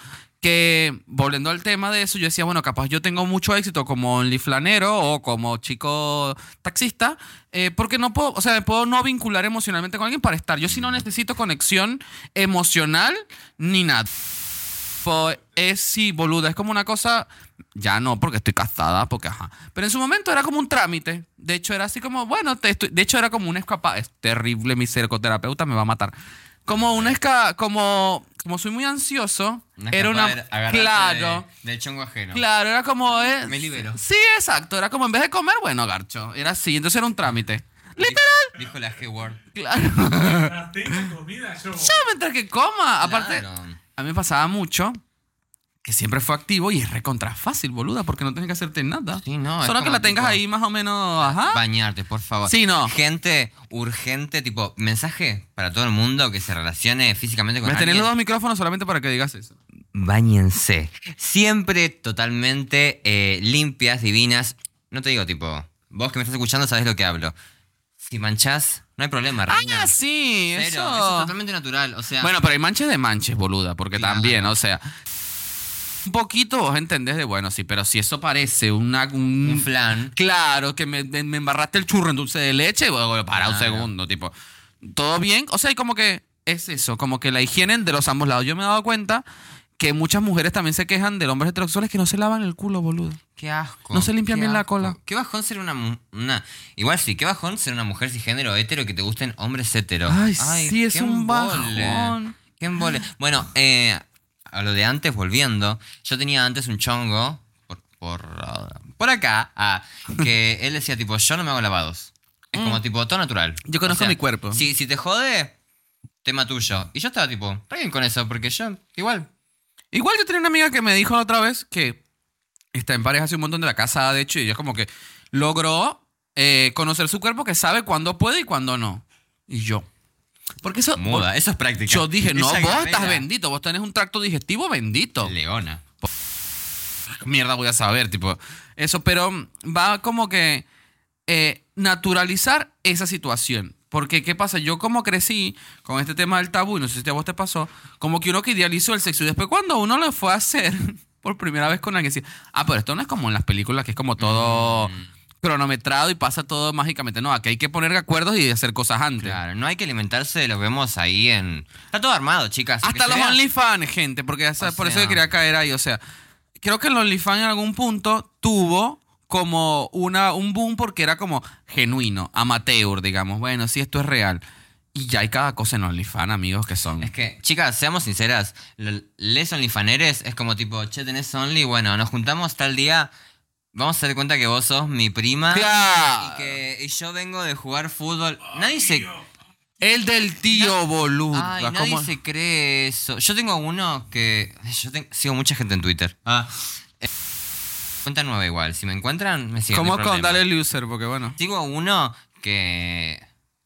Speaker 2: Que volviendo al tema de eso, yo decía, bueno, capaz yo tengo mucho éxito como onlyflanero o como chico taxista, eh, porque no puedo, o sea, me puedo no vincular emocionalmente con alguien para estar. Yo sí no necesito conexión emocional ni nada. Fo- Es sí, boluda, es como una cosa. Ya no, porque estoy casada, porque ajá. Pero en su momento era como un trámite. De hecho, era así como, bueno, te estoy- de hecho, era como un escapa. Es terrible, mi psicoterapeuta me va a matar. Como una esca. Como, como soy muy ansioso, era una.
Speaker 3: escapada, agarrarte
Speaker 2: Claro.
Speaker 3: de- del chongo ajeno.
Speaker 2: Claro, era como. eh,
Speaker 3: Me libero.
Speaker 2: Sí, exacto. Era como en vez de comer, bueno, garcho. Era así, entonces era un trámite. Literal.
Speaker 3: Dijo la G-Word.
Speaker 2: Claro.
Speaker 4: Mientras tengo comida, yo.
Speaker 2: Ya, mientras que coma. Aparte,
Speaker 3: Claro.
Speaker 2: a mí me pasaba mucho que siempre fue activo y es recontra fácil, boluda, porque no tienes que hacerte nada.
Speaker 3: Sí, no, es
Speaker 2: Solo que
Speaker 3: como
Speaker 2: la tengas
Speaker 3: tipo-
Speaker 2: ahí más o menos, ajá.
Speaker 3: Bañarte, por favor.
Speaker 2: Sí, no.
Speaker 3: Gente urgente, tipo, mensaje para todo el mundo que se relacione físicamente con
Speaker 2: Me tenés los
Speaker 3: alguien.
Speaker 2: dos micrófonos solamente para que digas eso.
Speaker 3: Báñense. Siempre totalmente eh, limpias, divinas. No te digo, tipo, vos que me estás escuchando sabés lo que hablo. Si manchás, no hay problema, reina.
Speaker 2: Ah, sí,
Speaker 3: Cero,
Speaker 2: eso.
Speaker 3: eso es totalmente natural. O sea,
Speaker 2: Bueno, pero hay manches de manches, boluda, porque
Speaker 3: Claro.
Speaker 2: también, o sea. Un poquito vos entendés de bueno, sí, pero si eso parece una, un,
Speaker 3: un flan.
Speaker 2: Claro, que me, me- me embarraste el churro en dulce de leche, bueno, para un
Speaker 3: Claro.
Speaker 2: segundo, tipo. ¿Todo bien? O sea, y como que es eso, como que la higiene de los ambos lados. Yo me he dado cuenta que muchas mujeres también se quejan de hombres heterosexuales que no se lavan el culo, boludo.
Speaker 3: Qué asco.
Speaker 2: No se limpia
Speaker 3: qué
Speaker 2: bien la
Speaker 3: asco.
Speaker 2: cola.
Speaker 3: Qué bajón ser una, mu- una. Igual sí, qué bajón ser una mujer cisgénero hetero que te gusten hombres hetero.
Speaker 2: Ay, sí, es
Speaker 3: qué
Speaker 2: un
Speaker 3: embole.
Speaker 2: bajón.
Speaker 3: Qué embole. Bueno, eh, a lo de antes, volviendo. Yo tenía antes un chongo por, por, ah, por acá ah, que él decía, tipo, yo no me hago lavados. Es como, tipo, todo natural.
Speaker 2: Mm. Yo conozco mi cuerpo.
Speaker 3: Si, si te jode, tema tuyo. Y yo estaba, tipo, re bien con eso, porque yo, igual.
Speaker 2: Igual yo tenía una amiga que me dijo la otra vez que está en pareja hace un montón de la casa, de hecho, y ella es como que logró eh, conocer su cuerpo, que sabe cuándo puede y cuándo no. Y yo. Porque eso.
Speaker 3: Muda, eso es práctica.
Speaker 2: Yo dije, no,
Speaker 3: Esa
Speaker 2: vos
Speaker 3: guerrera,
Speaker 2: estás bendito, vos tenés un tracto digestivo
Speaker 3: Oh.
Speaker 2: bendito.
Speaker 3: Leona.
Speaker 2: mierda voy a saber, tipo. Eso, pero va como que eh, naturalizar esa situación. Porque, ¿qué pasa? Yo como crecí con este tema del tabú, y no sé si a vos te pasó, como que uno que idealizó el sexo. Y después cuando uno lo fue a hacer por primera vez con alguien, decía, ah, pero esto no es como en las películas, que es como todo cronometrado y pasa todo mágicamente. No, aquí hay que poner acuerdos y hacer cosas antes.
Speaker 3: Claro, no hay que alimentarse de lo que vemos ahí en. Está todo armado, chicas.
Speaker 2: Hasta
Speaker 3: Que se
Speaker 2: los
Speaker 3: vea-
Speaker 2: OnlyFans, gente, porque o sea,
Speaker 3: O
Speaker 2: por eso
Speaker 3: sea.
Speaker 2: yo quería caer ahí. O sea, creo que el OnlyFans en algún punto tuvo como una, un boom porque era como genuino, amateur, digamos. Bueno, sí, esto es real. Y ya hay cada cosa en OnlyFans, amigos, que son.
Speaker 3: Es que, chicas, seamos sinceras. l- Les OnlyFaneres es como tipo, che, tenés Only. Bueno, nos juntamos tal día. Vamos a dar cuenta que vos sos mi prima.
Speaker 2: Claro.
Speaker 3: Y que y yo vengo de jugar fútbol. Nadie se.
Speaker 2: El del tío boludo.
Speaker 3: Ay, nadie
Speaker 2: ¿cómo?
Speaker 3: se cree eso. Yo tengo uno que. Yo ten- sigo mucha gente en Twitter. Ah. eh, cuenta nueva igual. Si me encuentran, me siguen. no hay
Speaker 2: ¿Cómo
Speaker 3: problema.
Speaker 2: contarle el user? Porque bueno.
Speaker 3: Sigo a uno que.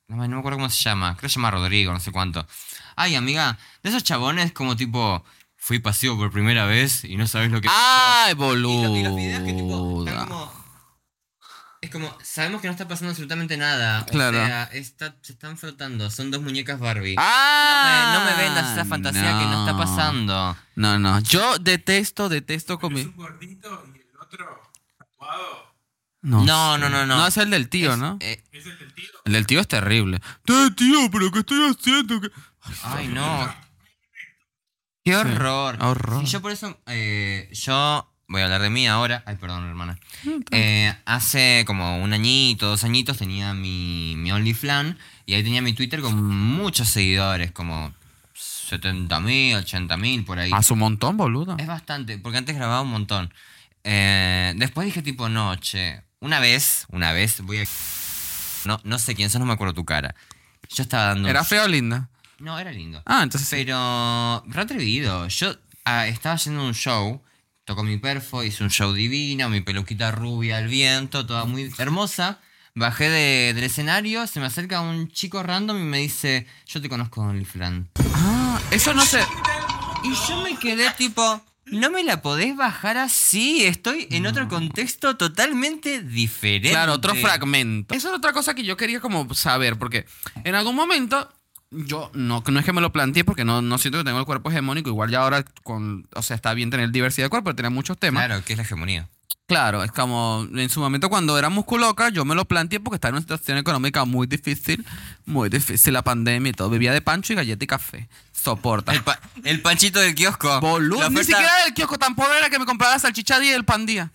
Speaker 3: No, me no me acuerdo cómo se llama. Creo que se llama Rodrigo, no sé cuánto. Ay, amiga, de esos chabones como tipo. Fui pasivo por primera vez y no sabes lo que.
Speaker 2: Ay,
Speaker 3: Ah, Y
Speaker 2: boludo.
Speaker 3: lo- y los videos que tipo. están como. Es como, sabemos que no está pasando absolutamente nada.
Speaker 2: Claro.
Speaker 3: O sea, está- se están frotando. Son dos muñecas Barbie. Eh,
Speaker 2: Ah,
Speaker 3: no, me, no me vendas esa fantasía que no está pasando.
Speaker 2: No, no. Yo detesto, detesto
Speaker 4: Es
Speaker 2: comer.
Speaker 4: un gordito y el otro tatuado.
Speaker 3: No, no, no, no.
Speaker 2: No, ese es el del tío, ¿no?
Speaker 3: Eh,
Speaker 4: Ese es el tío.
Speaker 2: El del tío es terrible. Te, tío, pero ¿qué estoy haciendo? ¿Qué-
Speaker 3: ay, no. Qué horror.
Speaker 2: horror.
Speaker 3: Sí, yo por eso, eh, yo voy a hablar de mí ahora. Ay, perdón, hermana. Eh, hace como un añito, dos añitos tenía mi, mi OnlyFlan y ahí tenía mi Twitter con muchos seguidores, como 70 mil, 80 mil, por ahí.
Speaker 2: Hace un montón, boludo.
Speaker 3: Es bastante, porque antes grababa un montón. Eh, después dije tipo, no, che, una vez, una vez voy a... No, no sé quién sos, no me acuerdo tu cara. Yo estaba dando... un-
Speaker 2: ¿Era fea o linda?
Speaker 3: No, era lindo.
Speaker 2: Ah, entonces sí.
Speaker 3: Pero re atrevido. Yo ah, estaba haciendo un show, tocó mi perfo, hice un show divino, mi peluquita rubia al viento, toda muy hermosa. Bajé de- del escenario, se me acerca un chico random y me dice, yo te conozco, OnlyFran.
Speaker 2: Ah, eso no sé.
Speaker 3: Y yo me quedé tipo, no me la podés bajar así, estoy en otro contexto totalmente diferente.
Speaker 2: Claro, otro fragmento. Esa es otra cosa que yo quería como saber, porque en algún momento yo no, no es que me lo planteé porque no, no siento que tengo el cuerpo hegemónico, igual ya ahora con, o sea, está bien tener diversidad de cuerpo, tener muchos temas. Claro.
Speaker 3: Claro, que es la hegemonía.
Speaker 2: es como en su momento cuando era musculoca, yo me lo planteé porque estaba en una situación económica muy difícil, muy difícil la pandemia y todo, vivía de pancho y galleta y café. Soporta.
Speaker 3: El, pa- el panchito del kiosco. Eh, La
Speaker 2: Boludo, ni
Speaker 3: oferta-
Speaker 2: siquiera del kiosco tan pobre era que me comprara salchicha y el pan día.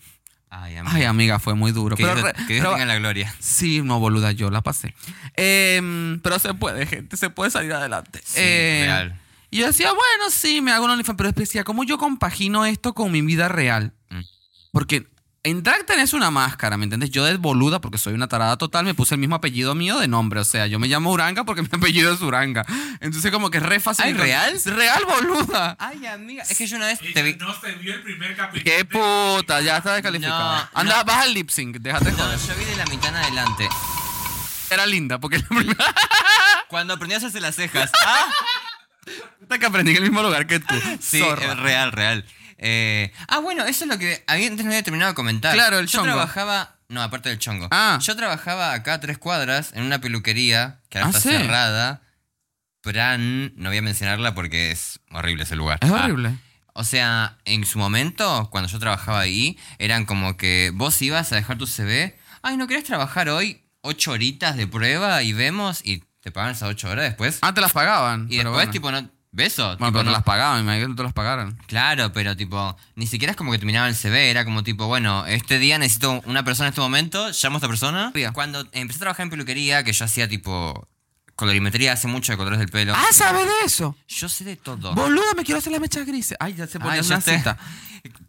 Speaker 3: Ay, amigo,
Speaker 2: Ay, amiga, fue muy duro.
Speaker 3: que
Speaker 2: pero
Speaker 3: Dios,
Speaker 2: re-
Speaker 3: que Dios
Speaker 2: pero-
Speaker 3: tenga la gloria.
Speaker 2: Sí, no, boluda, yo la pasé. Em, pero se puede, gente, se puede salir adelante.
Speaker 3: Sí,
Speaker 2: Em,
Speaker 3: real.
Speaker 2: Y yo decía, bueno, sí, me hago un OnlyFans, pero decía, ¿cómo yo compagino esto con mi vida real?
Speaker 3: Mm.
Speaker 2: Porque en drag tenés una máscara, ¿me entiendes? Yo de boluda, porque soy una tarada total, me puse el mismo apellido mío de nombre. O sea, yo me llamo Uranga porque mi apellido es Uranga. Entonces, como que es re fácil.
Speaker 3: ¿Ay,
Speaker 2: encontrar-
Speaker 3: real?
Speaker 2: Real, boluda.
Speaker 3: Ay, amiga, es que yo una vez
Speaker 4: Y
Speaker 3: te vi...
Speaker 4: No se vio el primer capítulo.
Speaker 2: Qué puta, ya está descalificada.
Speaker 3: No,
Speaker 2: Anda,
Speaker 3: no.
Speaker 2: baja el lip sync, déjate
Speaker 3: No,
Speaker 2: joder.
Speaker 3: yo vi de la mitad en adelante.
Speaker 2: Era linda, porque la primera.
Speaker 3: Cuando aprendí a hacerse las cejas. Ah,
Speaker 2: Hasta que aprendí en el mismo lugar que tú.
Speaker 3: sí,
Speaker 2: Zorra.
Speaker 3: es real, real. Eh, ah, bueno, eso es lo que había, antes no había terminado de comentar.
Speaker 2: Claro, el
Speaker 3: Yo
Speaker 2: chongo.
Speaker 3: trabajaba, no, aparte del chongo.
Speaker 2: Ah.
Speaker 3: Yo trabajaba acá a tres cuadras en una peluquería que ahora
Speaker 2: Ah,
Speaker 3: está
Speaker 2: sí.
Speaker 3: cerrada. Pran, no voy a mencionarla porque es horrible ese lugar.
Speaker 2: Es
Speaker 3: Ah.
Speaker 2: horrible.
Speaker 3: O sea, en su momento, cuando yo trabajaba ahí, eran como que vos ibas a dejar tu CV. Ay, ¿no querés trabajar hoy? Ocho horitas de prueba y vemos y te pagan esas ocho horas después.
Speaker 2: Ah, te las pagaban.
Speaker 3: y
Speaker 2: pero
Speaker 3: después,
Speaker 2: bueno.
Speaker 3: tipo, no. ¿Beso?
Speaker 2: Bueno,
Speaker 3: tipo,
Speaker 2: pero te
Speaker 3: no-
Speaker 2: las pagaban, me imagino que te las pagaran.
Speaker 3: Claro, pero tipo, ni siquiera es como que terminaba el CV, era como tipo, bueno, este día necesito una persona en este momento, llamo a esta persona.
Speaker 2: Bien.
Speaker 3: Cuando empecé a trabajar en peluquería, que yo hacía tipo colorimetría, hace mucho de colores del pelo.
Speaker 2: Ah, ¿sabes de eso?
Speaker 3: Yo sé de todo.
Speaker 2: Boluda, me quiero hacer las mechas grises. Ay, ya se pone
Speaker 3: Ay, ya
Speaker 2: una
Speaker 3: te-
Speaker 2: cita.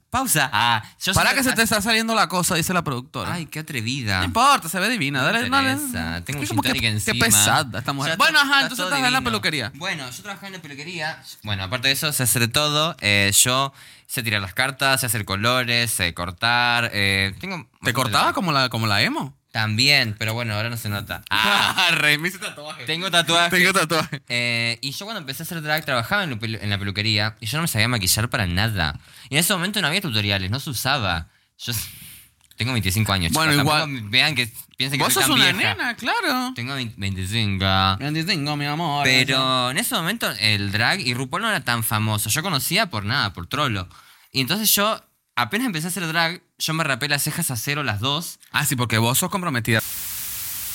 Speaker 3: Pausa. Ah, yo sé
Speaker 2: Para
Speaker 3: de-
Speaker 2: que se te está saliendo la cosa, dice la productora.
Speaker 3: Ay, qué
Speaker 2: no
Speaker 3: atrevida.
Speaker 2: importa, se ve divina.
Speaker 3: No me
Speaker 2: Dale, dale.
Speaker 3: interesa,
Speaker 2: Es
Speaker 3: Tengo un
Speaker 2: que como
Speaker 3: gin tonic
Speaker 2: que-
Speaker 3: encima.
Speaker 2: Qué pesada esta mujer.
Speaker 3: Ya
Speaker 2: bueno,
Speaker 3: está-
Speaker 2: ajá,
Speaker 3: está
Speaker 2: entonces
Speaker 3: todo
Speaker 2: estás en la
Speaker 3: divino.
Speaker 2: peluquería.
Speaker 3: Bueno, yo trabajaba en la peluquería. Bueno, aparte de eso, sé hacer todo. Eh, yo sé tirar las cartas, sé hacer colores, sé cortar. eh, tengo
Speaker 2: ¿Te cortaba como la, como la emo?
Speaker 3: También, pero bueno, ahora no se nota.
Speaker 2: Ah, re, me hice tatuaje.
Speaker 3: Tengo tatuaje.
Speaker 2: Tengo tatuaje.
Speaker 3: Eh, y yo cuando empecé a hacer drag trabajaba en, la pelu- en la peluquería y yo no me sabía maquillar para nada. Y en ese momento no había tutoriales, no se usaba. Yo s- tengo 25 años.
Speaker 2: Bueno,
Speaker 3: chicos,
Speaker 2: igual-
Speaker 3: tampoco me- Vean que piensen que
Speaker 2: Vos
Speaker 3: soy
Speaker 2: sos
Speaker 3: tan
Speaker 2: una
Speaker 3: vieja.
Speaker 2: nena, claro.
Speaker 3: Tengo 20 25.
Speaker 2: Tengo, mi amor.
Speaker 3: Pero en ese momento el drag y RuPaul no era tan famoso. Yo conocía por nada, por trolo. Y entonces yo, apenas empecé a hacer drag, yo me rapé las cejas a cero las dos.
Speaker 2: Ah, sí, porque vos sos comprometida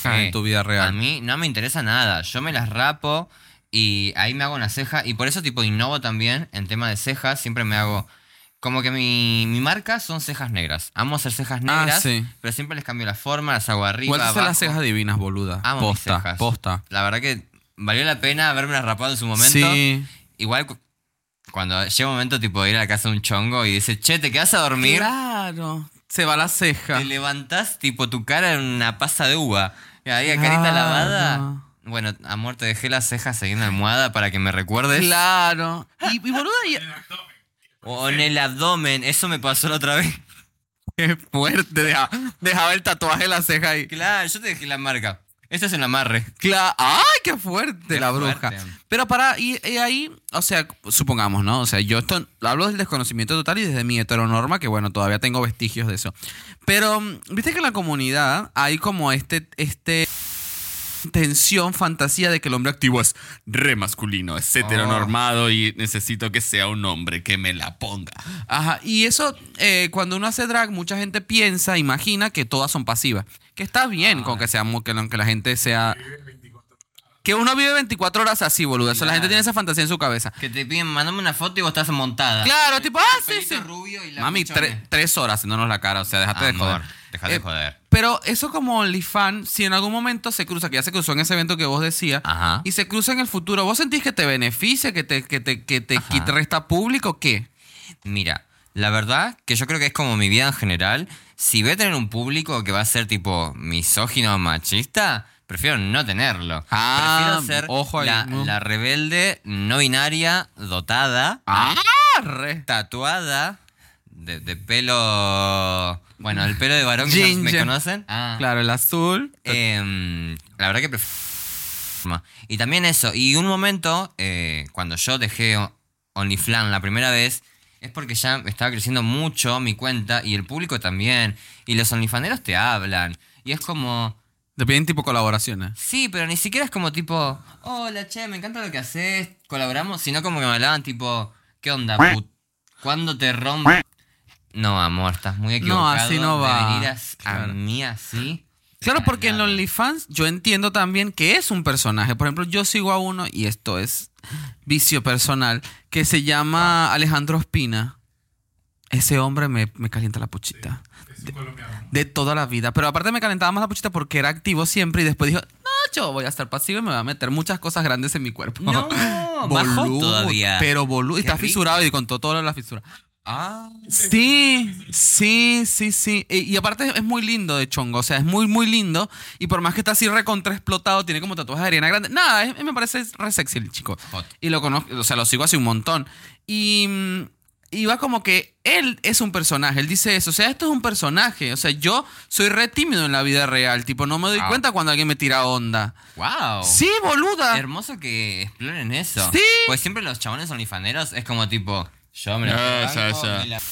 Speaker 3: Eh,
Speaker 2: en tu vida
Speaker 3: A
Speaker 2: real.
Speaker 3: mí no me interesa nada. Yo me las rapo y ahí me hago una ceja. Y por eso, tipo, innovo también en tema de cejas. Siempre me hago. Como que mi, mi marca son cejas negras. Amo hacer cejas
Speaker 2: Ah,
Speaker 3: negras,
Speaker 2: sí.
Speaker 3: pero siempre les cambio la forma, las hago arriba.
Speaker 2: Igual te haces
Speaker 3: abajo.
Speaker 2: las cejas divinas, boluda.
Speaker 3: Amo mis
Speaker 2: posta,
Speaker 3: cejas.
Speaker 2: posta.
Speaker 3: La verdad que valió la pena haberme las rapado en su momento.
Speaker 2: Sí.
Speaker 3: Igual cu- cuando llega un momento, tipo, de ir a la casa de un chongo y dice, che, ¿te quedas a dormir?
Speaker 2: Claro. Se va la ceja.
Speaker 3: Te levantás, tipo, tu cara en una pasa de uva. Y ahí, a carita
Speaker 2: Claro.
Speaker 3: lavada. Bueno, amor, te dejé las cejas ahí en la almohada para que me recuerdes.
Speaker 2: Claro. Y, y, boluda, y-
Speaker 4: El abdomen.
Speaker 3: O en el abdomen, eso me pasó la otra vez.
Speaker 2: qué fuerte. Deja- dejaba el tatuaje de la ceja ahí.
Speaker 3: Claro, yo te dejé la marca. Este es un amarre.
Speaker 2: Cla- ¡Ay, qué fuerte
Speaker 3: Qué
Speaker 2: la bruja!
Speaker 3: fuerte.
Speaker 2: Pero para, y, y ahí, o sea, supongamos, ¿no? O sea, yo esto hablo del desconocimiento total y desde mi heteronorma, que bueno, todavía tengo vestigios de eso. Pero, mm, viste que en la comunidad hay como este, este tensión, fantasía de que el hombre activo es re masculino, es
Speaker 3: Ah.
Speaker 2: heteronormado y necesito que sea un hombre que me la ponga. Ajá, y eso, eh, cuando uno hace drag, mucha gente piensa, imagina que todas son pasivas. Que está
Speaker 3: Ah.
Speaker 2: bien con que, seamos, que, la- que la gente sea... Que uno vive 24 horas así, boludo. Eso, la gente
Speaker 3: Claro.
Speaker 2: tiene esa fantasía en su cabeza.
Speaker 3: Que te piden, mandame una foto y vos estás montada.
Speaker 2: Claro, tipo, ah, sí,
Speaker 3: Pelito
Speaker 2: sí.
Speaker 3: rubio y la
Speaker 2: Mami,
Speaker 3: puchona.
Speaker 2: tre- tres horas haciéndonos la cara, o sea, dejate de
Speaker 3: Amor,
Speaker 2: joder.
Speaker 3: dejate
Speaker 2: Eh,
Speaker 3: de joder.
Speaker 2: Pero eso como OnlyFans, si en algún momento se cruza, que ya se cruzó en ese evento que vos decías,
Speaker 3: Ajá.
Speaker 2: y se cruza en el futuro, ¿vos sentís que te beneficia, que te, que te, que te quita- resta público o qué?
Speaker 3: Mira, la verdad que yo creo que es como mi vida en general. Si voy a tener un público que va a ser tipo misógino o machista, prefiero no tenerlo.
Speaker 2: Ah,
Speaker 3: prefiero ser
Speaker 2: ojo ahí,
Speaker 3: la,
Speaker 2: ¿no?
Speaker 3: la rebelde, no binaria, dotada,
Speaker 2: ¡Ah! re.
Speaker 3: tatuada, de, de pelo. Bueno, el pelo de varón que no- me
Speaker 2: Ginger.
Speaker 3: conocen. Ah.
Speaker 2: Claro, el azul.
Speaker 3: Em, la verdad que prefiero. Y también eso. Y un momento, eh, cuando yo dejé O- OnlyFlan la primera vez, es porque ya estaba creciendo mucho mi cuenta y el público también. Y los OnlyFaneros te hablan. Y es como.
Speaker 2: Te piden tipo colaboraciones.
Speaker 3: Sí, pero ni siquiera es como tipo. Hola, che, me encanta lo que haces. Colaboramos. Sino como que me hablaban tipo. ¿Qué onda, put? ¿Cuándo te rompes? No, amor, estás muy equivocado.
Speaker 2: así no va.
Speaker 3: De venir as- a,
Speaker 2: Claro.
Speaker 3: mí así.
Speaker 2: Claro,
Speaker 3: Para
Speaker 2: porque en
Speaker 3: nada.
Speaker 2: OnlyFans yo entiendo también que es un personaje. Por ejemplo, yo sigo a uno, y esto es vicio personal, que se llama Alejandro Espina. Ese hombre me, me calienta la puchita.
Speaker 4: Es un colombiano.
Speaker 2: De toda la vida. Pero aparte me calentaba más la puchita porque era activo siempre y después dijo, no, yo voy a estar pasivo y me voy a meter muchas cosas grandes en mi cuerpo.
Speaker 3: No, bajó todavía.
Speaker 2: Pero boludo, y
Speaker 3: Qué
Speaker 2: está
Speaker 3: rico.
Speaker 2: fisurado y contó todas las fisuras.
Speaker 3: Ah,
Speaker 2: Sí, sí, sí, sí. E, Y, y aparte es muy lindo de chongo, o sea, es muy, muy lindo. Y por más que está así recontra explotado, tiene como tatuajes de Ariana Grande. Nada, es- me parece re sexy el chico.
Speaker 3: Hot.
Speaker 2: Y lo conozco, o sea, lo sigo hace un montón. Y, mm, y va como que él es un personaje, él dice eso, o sea, esto es un personaje. O sea, yo soy re tímido en la vida real, tipo, no me doy
Speaker 3: Ah. Oh.
Speaker 2: cuenta cuando alguien me tira onda.
Speaker 3: wow.
Speaker 2: Sí, boluda.
Speaker 3: Hermoso que exploren eso.
Speaker 2: Sí.
Speaker 3: Pues siempre los chabones olifaneros es como tipo, yo me la
Speaker 2: Esa,
Speaker 3: banco,
Speaker 2: esa.
Speaker 3: Me, la-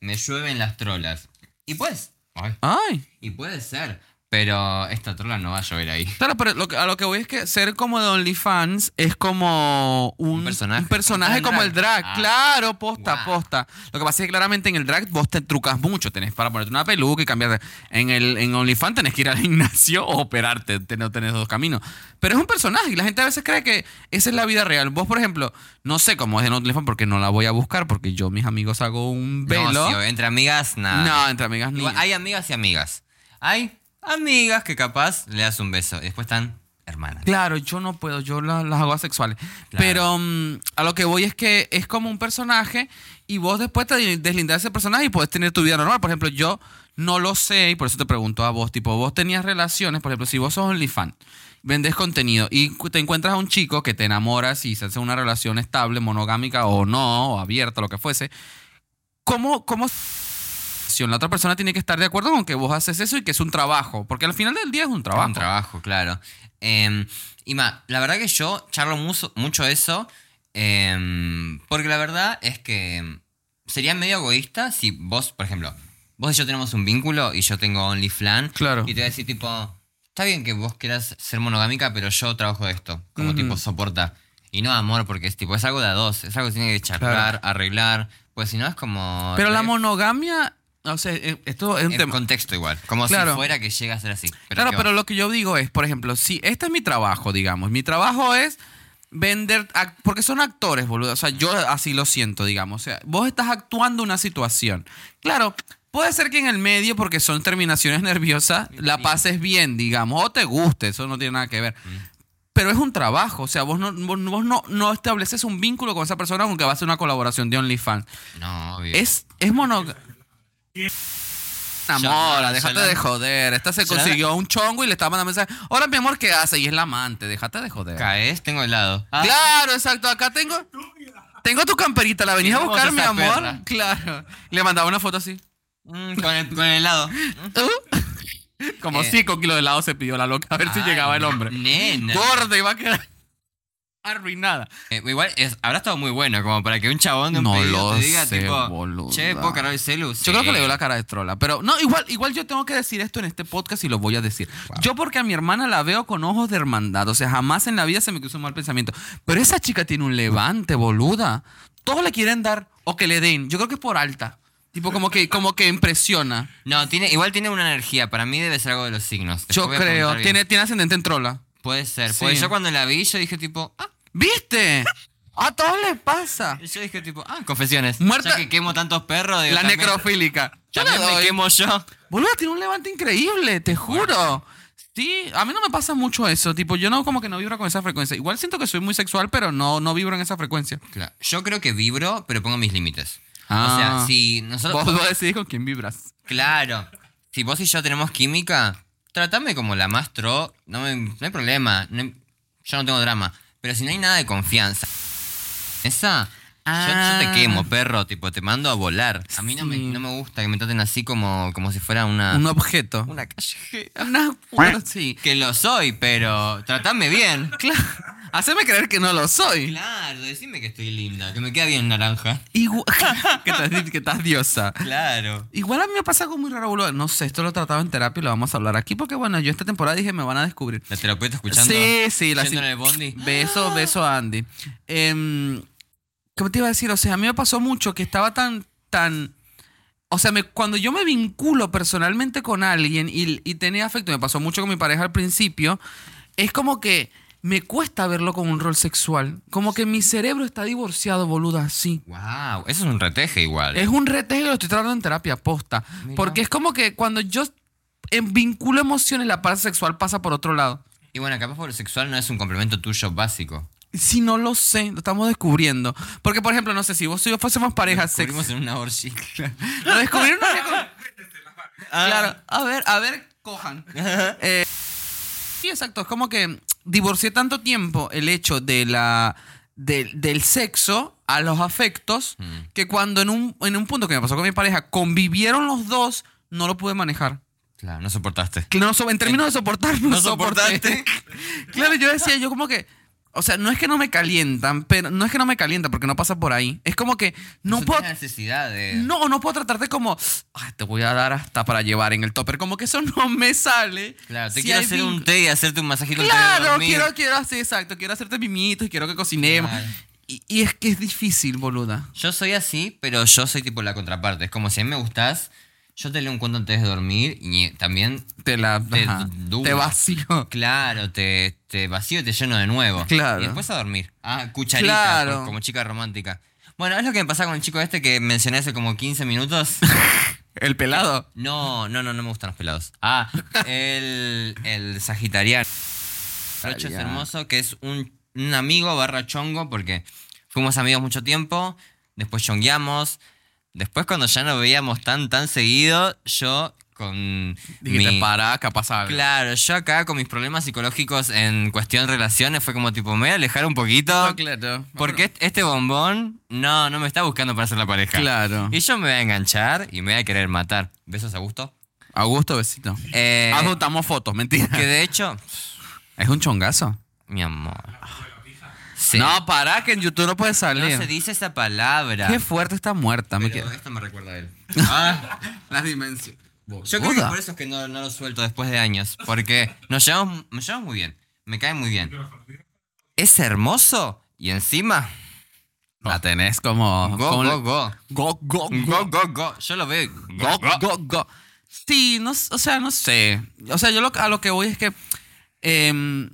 Speaker 3: me llueven las trolas. Y pues, ay,
Speaker 2: Ay.
Speaker 3: y puede ser, pero esta trola no va a llover ahí.
Speaker 2: Claro, pero lo que- a lo que voy es que ser como de OnlyFans es como un,
Speaker 3: Un personaje.
Speaker 2: un personaje
Speaker 3: Como
Speaker 2: como
Speaker 3: el
Speaker 2: el
Speaker 3: drag.
Speaker 2: drag.
Speaker 3: Ah.
Speaker 2: Claro, posta,
Speaker 3: Guau.
Speaker 2: posta. Lo que pasa es que claramente en el drag vos te trucas mucho. Tenés para ponerte una peluca y cambiarte. En, el, en OnlyFans tenés que ir al gimnasio o operarte. Ten- No tenés dos caminos. Pero es un personaje y la gente a veces cree que esa es la vida real. Vos, por ejemplo, no sé cómo es en OnlyFans porque no la voy a buscar porque yo, mis amigos, hago un velo.
Speaker 3: No,
Speaker 2: No,
Speaker 3: sí, entre amigas, nada.
Speaker 2: entre amigas ni.
Speaker 3: eh. Ah. Igual, hay amigas y amigas. Hay amigas que capaz le das un beso. Y después están hermanas.
Speaker 2: Claro, yo no puedo, yo la- las hago asexuales.
Speaker 3: Claro.
Speaker 2: Pero mm, a lo que voy es que es como un personaje y vos después te deslindás de ese personaje y podés tener tu vida normal. Por ejemplo, yo no lo sé y por eso te pregunto a vos, tipo, vos tenías relaciones, por ejemplo, si vos sos OnlyFans, vendes contenido y cu- te encuentras a un chico que te enamoras y se hace una relación estable, monogámica o no, o abierta, lo que fuese, ¿cómo, cómo la otra persona tiene que estar de acuerdo con que vos haces eso y que es un trabajo? Porque al final del día es un trabajo.
Speaker 3: Un trabajo, claro. Em, y ma, la verdad que yo charlo muso- mucho eso, em, porque la verdad es que em, sería medio egoísta si vos, por ejemplo, vos y yo tenemos un vínculo y yo tengo OnlyFlan
Speaker 2: Claro.
Speaker 3: y te voy a decir tipo, está bien que vos quieras ser monogámica, pero yo trabajo de esto, como
Speaker 2: Ujú.
Speaker 3: tipo soporta. Y no amor, porque es tipo, es algo de a dos, es algo que tiene que charlar, arreglar, pues si no es como...
Speaker 2: Pero la
Speaker 3: re-
Speaker 2: monogamia, o sea, eh, esto es un
Speaker 3: en
Speaker 2: tema.
Speaker 3: contexto igual, como si
Speaker 2: Claro.
Speaker 3: fuera que llega a ser así.
Speaker 2: claro,
Speaker 3: ¿qué va?
Speaker 2: pero lo que yo digo es, por ejemplo, si este es mi trabajo, digamos, mi trabajo es vender, ac- porque son actores, boludo, o sea, yo así lo siento, digamos, o sea, vos estás actuando una situación. Claro, puede ser que en el medio, porque son terminaciones nerviosas, la pases bien, digamos, o te guste, eso no tiene nada que ver. Pero es un trabajo, o sea, vos no, vos, vos no, no estableces un vínculo con esa persona aunque va a ser una colaboración de OnlyFans.
Speaker 3: No, obvio.
Speaker 2: Es, es mono. Enamora,
Speaker 3: Yolanda,
Speaker 2: déjate
Speaker 3: Yolanda.
Speaker 2: de joder. Esta se
Speaker 3: Yolanda.
Speaker 2: consiguió un chongo y le estaba mandando mensaje. Hola, mi amor, ¿qué hace? Y es la amante, déjate de joder.
Speaker 3: Caes, tengo helado. Ah,
Speaker 2: Claro, exacto. Acá tengo. Tengo tu camperita, la venís a
Speaker 3: Hermosa
Speaker 2: buscar, mi
Speaker 3: esa
Speaker 2: amor.
Speaker 3: perra.
Speaker 2: Claro. Y Le mandaba una foto así.
Speaker 3: mm, con, el, con el helado.
Speaker 2: Como
Speaker 3: Eh. Ah,
Speaker 2: 5 kilos de helado se pidió la loca a ver si
Speaker 3: Ay,
Speaker 2: llegaba el hombre.
Speaker 3: Nena.
Speaker 2: Gorda iba a quedar arruinada.
Speaker 3: Eh, igual es- habrá estado muy bueno, como para que un chabón de un
Speaker 2: No
Speaker 3: pedido
Speaker 2: lo
Speaker 3: te diga,
Speaker 2: sé,
Speaker 3: tipo,
Speaker 2: boluda.
Speaker 3: che, ¿puedo cargar el celu?
Speaker 2: Yo creo que le veo la cara de trola, pero no, igual, igual yo tengo que decir esto en este podcast y lo voy a decir. Yo porque a mi hermana la veo con ojos de hermandad, o sea, jamás en la vida se me cruzó un mal pensamiento. Pero esa chica tiene un levante, boluda. Todos le quieren dar o que le den. Yo creo que es por alta. Tipo como que, como que impresiona.
Speaker 3: No, tiene, igual tiene una energía. Para mí debe ser algo de los signos. Después
Speaker 2: Yo
Speaker 3: voy a preguntar
Speaker 2: creo.
Speaker 3: bien.
Speaker 2: Tiene, tiene ascendente en trola.
Speaker 3: Puede ser.
Speaker 2: Sí.
Speaker 3: Pues yo cuando la vi, yo dije, tipo, ah.
Speaker 2: ¿Viste? A todos les pasa.
Speaker 3: Yo dije, tipo, ah, confesiones.
Speaker 2: Muerta-
Speaker 3: Ya que quemo tantos perros. digo,
Speaker 2: La
Speaker 3: también-
Speaker 2: necrofílica. Yo le
Speaker 3: también me
Speaker 2: doy.
Speaker 3: quemo yo.
Speaker 2: Boluda, tiene un levante increíble, te juro. Sí, a mí no me pasa mucho eso. Tipo, yo no como que no vibro con esa frecuencia. Igual siento que soy muy sexual, pero no, no vibro en esa frecuencia.
Speaker 3: Claro, Yo creo que vibro, pero pongo mis límites. O
Speaker 2: Ah.
Speaker 3: sea, si nosotros...
Speaker 2: Vos, vos decidís con quién vibras.
Speaker 3: Claro. Si vos y yo tenemos química, tratame como la más tro. No, me- no hay problema. no- yo no tengo drama. Pero si no hay nada de confianza. Esa. Yo, yo
Speaker 2: Ah.
Speaker 3: te quemo, perro, tipo, te mando a volar. A mí no, me,
Speaker 2: Sí.
Speaker 3: no me gusta que me traten así como, como si fuera una,
Speaker 2: Un objeto.
Speaker 3: una callejera.
Speaker 2: Una puta, sí.
Speaker 3: Que lo soy, pero tratame bien.
Speaker 2: Claro. Haceme creer que no lo soy.
Speaker 3: Claro, decime que estoy linda, que me queda bien naranja.
Speaker 2: Igual, que, estás, que estás diosa.
Speaker 3: Claro.
Speaker 2: Igual a mí me pasa algo muy raro, boludo. No sé, esto lo trataba en terapia y lo vamos a hablar aquí porque, bueno, yo esta temporada dije me van a descubrir.
Speaker 3: La terapeuta escuchando.
Speaker 2: Sí, sí, la
Speaker 3: yendo en el bondi.
Speaker 2: Beso, beso a Andy. Em, ¿Qué te iba a decir? O sea, a mí me pasó mucho que estaba tan, tan... O sea, me- cuando yo me vinculo personalmente con alguien y, y tenía afecto, me pasó mucho con mi pareja al principio, es como que me cuesta verlo con un rol sexual. Como que mi cerebro está divorciado, boluda, así.
Speaker 3: Wow, eso es un reteje igual.
Speaker 2: Es un retejo y lo estoy tratando en terapia posta.
Speaker 3: Mira.
Speaker 2: Porque es como que cuando yo em, vinculo emociones, la parte sexual pasa por otro lado.
Speaker 3: Y bueno, capaz por lo sexual no es un complemento tuyo básico.
Speaker 2: Si no lo sé, lo estamos descubriendo. Porque, por ejemplo, no sé, si vos y yo fuésemos pareja sex.
Speaker 3: Descubrimos en una orgy.
Speaker 2: Lo descubrieron. una vez con- Claro. A ver, a ver, cojan. Eh, sí, exacto. Es como que divorcié tanto tiempo el hecho de la. del- del sexo a los afectos. Que cuando en un, en un punto que me pasó con mi pareja, convivieron los dos, no lo pude manejar.
Speaker 3: Claro, no soportaste.
Speaker 2: Que no so- en términos de soportar, no,
Speaker 3: No
Speaker 2: soporté.
Speaker 3: soportaste.
Speaker 2: claro, yo decía, yo como que. O sea, no es que no me calientan, pero no es que no me calientan porque no pasa por ahí. Es como que no
Speaker 3: Eso
Speaker 2: puedo.
Speaker 3: tiene necesidad de.
Speaker 2: No, no puedo tratarte como. "Ay, te voy a dar hasta para llevar en el topper. Como que eso no me sale.
Speaker 3: Claro, te
Speaker 2: Si
Speaker 3: quiero
Speaker 2: hay
Speaker 3: hacer un
Speaker 2: vin-
Speaker 3: té y hacerte un masajito antes de
Speaker 2: Claro,
Speaker 3: dormir.
Speaker 2: quiero, quiero hacer, exacto. Quiero hacerte mimitos y quiero que cocinemos.
Speaker 3: Claro.
Speaker 2: Y, y es que es difícil, boluda.
Speaker 3: Yo soy así, pero yo soy tipo la contraparte. Es como si a mí me gustás, yo te leo un cuento antes de dormir y también,
Speaker 2: Te la.
Speaker 3: Te
Speaker 2: ajá,
Speaker 3: duro.
Speaker 2: te vacío.
Speaker 3: claro, te, te vacío y te lleno de nuevo.
Speaker 2: Claro.
Speaker 3: Y después a dormir. Ah, cucharita,
Speaker 2: Claro.
Speaker 3: pues, como chica romántica. Bueno, es lo que me pasa con el chico este que mencioné hace como 15 minutos.
Speaker 2: El pelado.
Speaker 3: No, no, no, no me gustan los pelados. Ah, el, el sagitariano. Rocho es
Speaker 2: Sagitariano.
Speaker 3: hermoso, que es un, un amigo barra chongo, porque fuimos amigos mucho tiempo, después chongueamos, después cuando ya nos veíamos tan, tan seguido, yo con...
Speaker 2: Dijiste,
Speaker 3: mi-
Speaker 2: para, capaz algo".
Speaker 3: Claro, yo acá con mis problemas psicológicos en cuestión relaciones fue como tipo, me voy a alejar un poquito.
Speaker 2: No, claro.
Speaker 3: Porque est- este bombón no, no me está buscando para ser la pareja.
Speaker 2: Claro.
Speaker 3: Y yo me voy a enganchar y me voy a querer matar. Besos a gusto.
Speaker 2: Augusto, besito.
Speaker 3: Eh,
Speaker 2: Adoptamos fotos, mentira.
Speaker 3: que de hecho,
Speaker 2: Es un chongazo.
Speaker 3: mi amor. Sí.
Speaker 2: No, pará, que en YouTube no puede
Speaker 3: No
Speaker 2: salir.
Speaker 3: se dice esa palabra.
Speaker 2: Qué fuerte está muerta. Me
Speaker 3: Pero
Speaker 2: quedo.
Speaker 3: esto me Ah, recuerda a él.
Speaker 2: Las dimensiones.
Speaker 3: Yo creo que por eso es que no, no lo suelto después de años. Porque nos llevamos, nos llevamos muy bien. Me cae muy bien. Es hermoso y encima.
Speaker 2: La tenés como.
Speaker 3: Go,
Speaker 2: como-
Speaker 3: go, go.
Speaker 2: go, go,
Speaker 3: Go, go, go. Yo lo veo.
Speaker 2: go, go, go. Sí, no, s- o sea, no sé. O sea, yo lo- a lo que voy es que em,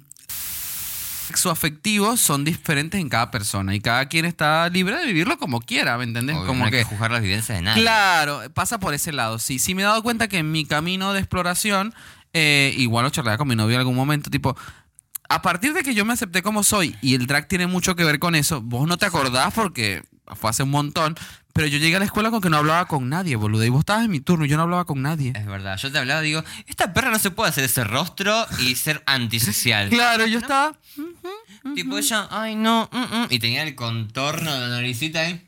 Speaker 2: su afectivos son diferentes en cada persona y cada quien está libre de vivirlo como quiera, ¿me entendés?
Speaker 3: Obvio, no
Speaker 2: como
Speaker 3: hay que,
Speaker 2: que
Speaker 3: juzgar las vivencias de nadie.
Speaker 2: Claro, pasa por ese lado. Sí, sí me he dado cuenta que en mi camino de exploración, eh, igual lo charlaba con mi novio en algún momento, tipo, a partir de que yo me acepté como soy, y el drag tiene mucho que ver con eso, vos no te acordás porque fue hace un montón, pero yo llegué a la escuela con que no hablaba con nadie, boludo, y vos estabas en mi turno y yo no hablaba con nadie.
Speaker 3: Es verdad. Yo te hablaba y digo, esta perra no se puede hacer ese rostro y ser antisocial.
Speaker 2: Claro, yo estaba...
Speaker 3: Tipo ella, ay no, mm, mm", y tenía el contorno de la naricita ahí.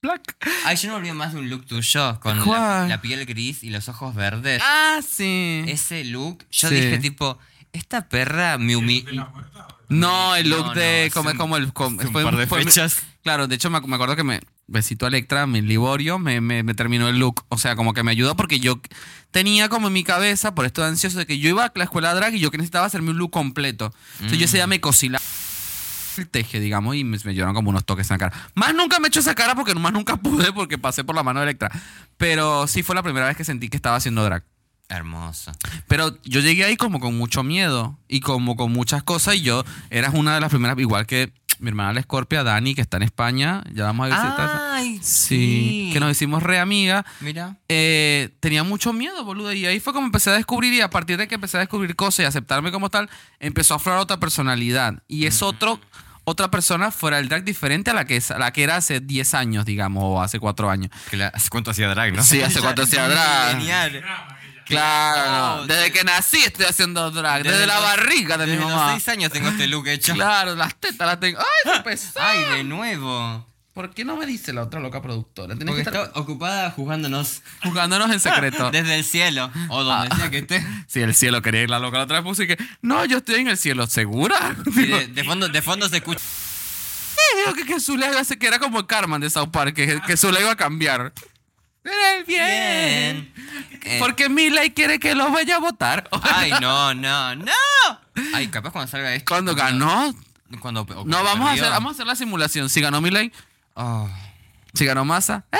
Speaker 2: Black.
Speaker 3: Ay, yo no olvido más de un look tuyo, con la,
Speaker 2: ¿Cuál?
Speaker 3: la piel gris y los ojos verdes.
Speaker 2: Ah, sí.
Speaker 3: Ese look, yo
Speaker 2: Sí.
Speaker 3: dije tipo, esta perra me
Speaker 4: ¿De la
Speaker 3: humilla.
Speaker 4: muerta?
Speaker 2: No, el look
Speaker 3: No, no,
Speaker 2: de
Speaker 3: hace
Speaker 2: como,
Speaker 3: un-
Speaker 2: como el como-
Speaker 3: hace un
Speaker 2: fue-
Speaker 3: par de
Speaker 2: fue-
Speaker 3: fechas.
Speaker 2: Claro, de hecho me, ac- me acuerdo que me besito a Electra, mi Liborio, me, me- me terminó el look. O sea, como que me ayudó porque yo tenía como en mi cabeza, por esto de ansioso, de que yo iba a la escuela drag y yo que necesitaba hacerme un look completo. Entonces yo ese día me cosila el teje, digamos, y me, me lloraron como unos toques en la cara. Más nunca me he hecho esa cara porque más nunca pude porque pasé por la mano de Electra. Pero sí fue la primera vez que sentí que estaba haciendo drag.
Speaker 3: Hermoso.
Speaker 2: Pero yo llegué ahí como con mucho miedo y como con muchas cosas y yo eras una de las primeras, igual que mi hermana la Escorpia, Dani, que está en España, ya vamos a visitar.
Speaker 3: Ay,
Speaker 2: sí, que nos hicimos re amiga.
Speaker 3: Mira.
Speaker 2: Eh, tenía mucho miedo, boludo, y ahí fue como empecé a descubrir y a partir de que empecé a descubrir cosas y aceptarme como tal, empezó a aflorar otra personalidad y es otro... Otra persona fuera del drag diferente a la que, es- a la que era hace 10 años, digamos, o hace 4 años.
Speaker 3: Que la- ¿Hace cuánto hacía drag, no?
Speaker 2: Sí, hace cuánto hacía drag.
Speaker 3: Genial.
Speaker 4: Drama, ella.
Speaker 2: Claro,
Speaker 3: Oh,
Speaker 2: desde
Speaker 3: sí.
Speaker 2: que nací estoy haciendo drag, desde, la
Speaker 3: los-
Speaker 2: barriga de mi
Speaker 3: desde
Speaker 2: mamá.
Speaker 3: los seis años tengo este look hecho.
Speaker 2: Claro, las tetas las tengo. Ah, ¡Ay, qué pesado!
Speaker 3: Ay, de nuevo.
Speaker 2: ¿Por qué no me dice la otra loca productora? Tenés
Speaker 3: Porque
Speaker 2: que Ah, estar
Speaker 3: está ocupada juzgándonos
Speaker 2: juzgándonos en secreto.
Speaker 3: desde el cielo o donde
Speaker 2: Ah.
Speaker 3: sea que esté.
Speaker 2: Si el cielo quería ir la loca la otra vez puse que, no, yo estoy en el cielo, ¿segura?
Speaker 3: Y
Speaker 2: Digo,
Speaker 3: de, de fondo, de fondo se escucha.
Speaker 2: "Sí, digo que, que Zuleika hace que era como el Carmen de South Park, que, que Zuleika iba a cambiar. Era el bien. Ah,
Speaker 3: Eh,
Speaker 2: Porque Miley quiere que los vaya a votar.
Speaker 3: Ay, no, no, no. Ay, capaz cuando salga esto.
Speaker 2: Cuando ganó,
Speaker 3: Cuando, o cuando
Speaker 2: no, vamos a,
Speaker 3: perdió.
Speaker 2: hacer, vamos a hacer la simulación. Si ganó Miley,
Speaker 3: Oh.
Speaker 2: si ganó Massa, ¡eh!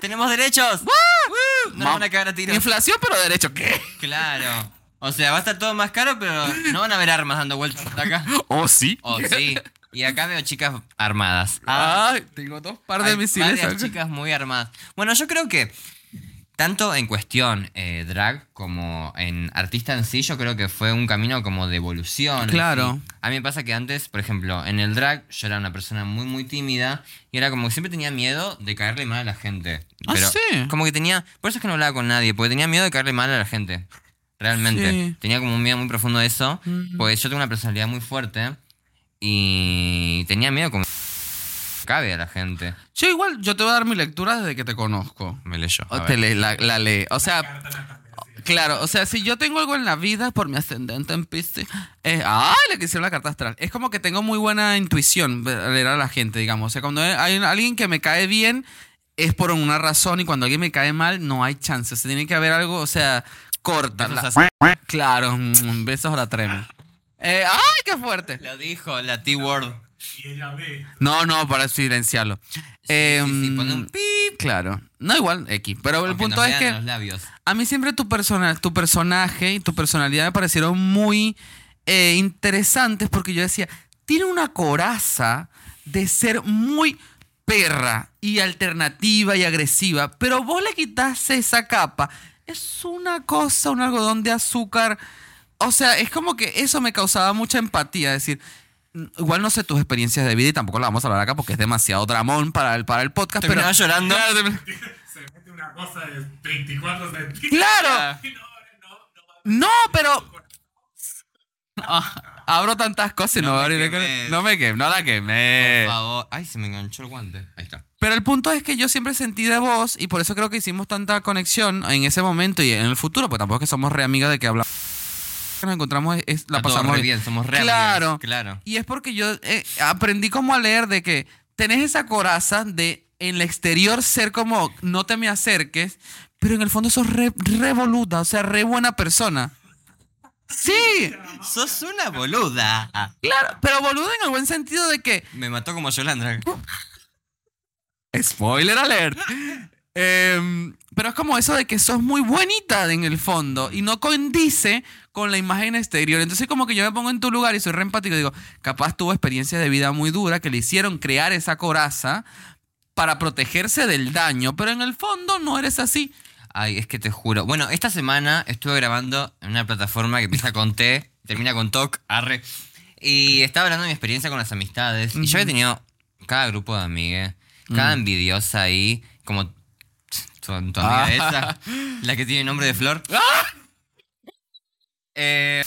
Speaker 3: ¡Tenemos derechos! ¡Woo! No nos van a cagar a tiros.
Speaker 2: Inflación, pero derecho, ¿qué?
Speaker 3: Claro. O sea, va a estar todo más caro, pero no van a haber armas dando vueltas acá.
Speaker 2: ¿O sí?
Speaker 3: Oh, sí. Y acá veo chicas armadas. Ah.
Speaker 2: Ay, tengo dos par de
Speaker 3: Hay
Speaker 2: misiles.
Speaker 3: varias
Speaker 2: acá.
Speaker 3: chicas muy armadas. Bueno, yo creo que tanto en cuestión eh, drag como en artista en sí, yo creo que fue un camino como de evolución.
Speaker 2: Claro.
Speaker 3: Sí. A mí me pasa que antes, por ejemplo, en el drag yo era una persona muy, muy tímida y era como que siempre tenía miedo de caerle mal a la gente.
Speaker 2: Ah, sí.
Speaker 3: Como que tenía... Por eso es que no hablaba con nadie, porque tenía miedo de caerle mal a la gente. Realmente.
Speaker 2: Sí.
Speaker 3: Tenía como un miedo muy profundo de eso, pues yo tengo una personalidad muy fuerte y tenía miedo como... Cabe a la gente.
Speaker 2: Yo igual, yo te voy a dar mi lectura desde que te conozco.
Speaker 3: Me leyó.
Speaker 2: O te le- la, la ley. O sea,
Speaker 4: Carta la cambié, sí.
Speaker 2: claro, o sea, si yo tengo algo en la vida por mi ascendente en Pisces, es, ah, le quisieron la carta astral. Es como que tengo muy buena intuición de leer a la gente, digamos. O sea, cuando hay un- alguien que me cae bien es por una razón y cuando alguien me cae mal no hay chance. O sea, tiene que haber algo, o sea, corta.
Speaker 3: Besos
Speaker 2: La-
Speaker 3: así.
Speaker 2: claro, mm, besos a la trema. Eh, ¡Ay, qué fuerte!
Speaker 3: Lo dijo la T-Word.
Speaker 4: Y ella ve.
Speaker 2: No, no, para silenciarlo. Eh,
Speaker 3: sí, pone un
Speaker 2: pip. Claro. No, igual, X. Pero el
Speaker 3: Aunque
Speaker 2: punto
Speaker 3: nos
Speaker 2: es
Speaker 3: vean
Speaker 2: que
Speaker 3: Los labios.
Speaker 2: a mí siempre tu, persona, tu personaje y tu personalidad me parecieron muy eh, interesantes porque yo decía, tiene una coraza de ser muy perra y alternativa y agresiva, pero vos le quitaste esa capa. Es una cosa, un algodón de azúcar. O sea, es como que eso me causaba mucha empatía, es decir... n- Igual no sé tus experiencias de vida y tampoco las vamos a hablar acá porque es demasiado dramón para el, para el podcast. Pero
Speaker 3: Terminaba llorando.
Speaker 2: Claro, termin-
Speaker 4: Se mete una cosa de 24 centímetros.
Speaker 2: ¡Claro!
Speaker 4: Y No, no, no. va a-
Speaker 2: No, pero. Ah, abro tantas cosas y no,
Speaker 3: No
Speaker 2: voy a
Speaker 3: me
Speaker 2: abrir el-
Speaker 3: quemes.
Speaker 2: No me quemé, no la quemé.
Speaker 3: Por favor. Ay, se me enganchó el guante. Ahí está.
Speaker 2: Pero el punto es que yo siempre sentí de vos y por eso creo que hicimos tanta conexión en ese momento y en el futuro, pues tampoco es que somos re amigas de que hablamos. Que nos encontramos, es- es- la
Speaker 3: Está todo
Speaker 2: pasamos
Speaker 3: re bien. Somos re
Speaker 2: Claro.
Speaker 3: amigas, Claro.
Speaker 2: Y es porque yo eh, aprendí como a leer de que tenés esa coraza de en el exterior ser como no te me acerques, pero en el fondo sos re, re boluda, o sea, re buena persona. Sí,
Speaker 3: Sos una boluda. Ah,
Speaker 2: claro, pero boluda en el buen sentido de que
Speaker 3: Me mató como Yolanda.
Speaker 2: Spoiler alert. Em, pero es como eso de que sos muy buenita en el fondo y no condice con la imagen exterior. Entonces como que yo me pongo en tu lugar y soy re empático y digo, capaz tuvo experiencias de vida muy dura que le hicieron crear esa coraza para protegerse del daño, pero en el fondo no eres así.
Speaker 3: Ay, es que te juro. Bueno, esta semana estuve grabando en una plataforma que empieza con T, termina con TOC, arre. Y estaba hablando de mi experiencia con las amistades. Y yo he tenido cada grupo de amigas, cada
Speaker 2: Mm.
Speaker 3: envidiosa ahí, como tu, tu amiga
Speaker 2: Ah.
Speaker 3: esa, la que tiene nombre de flor. Eh,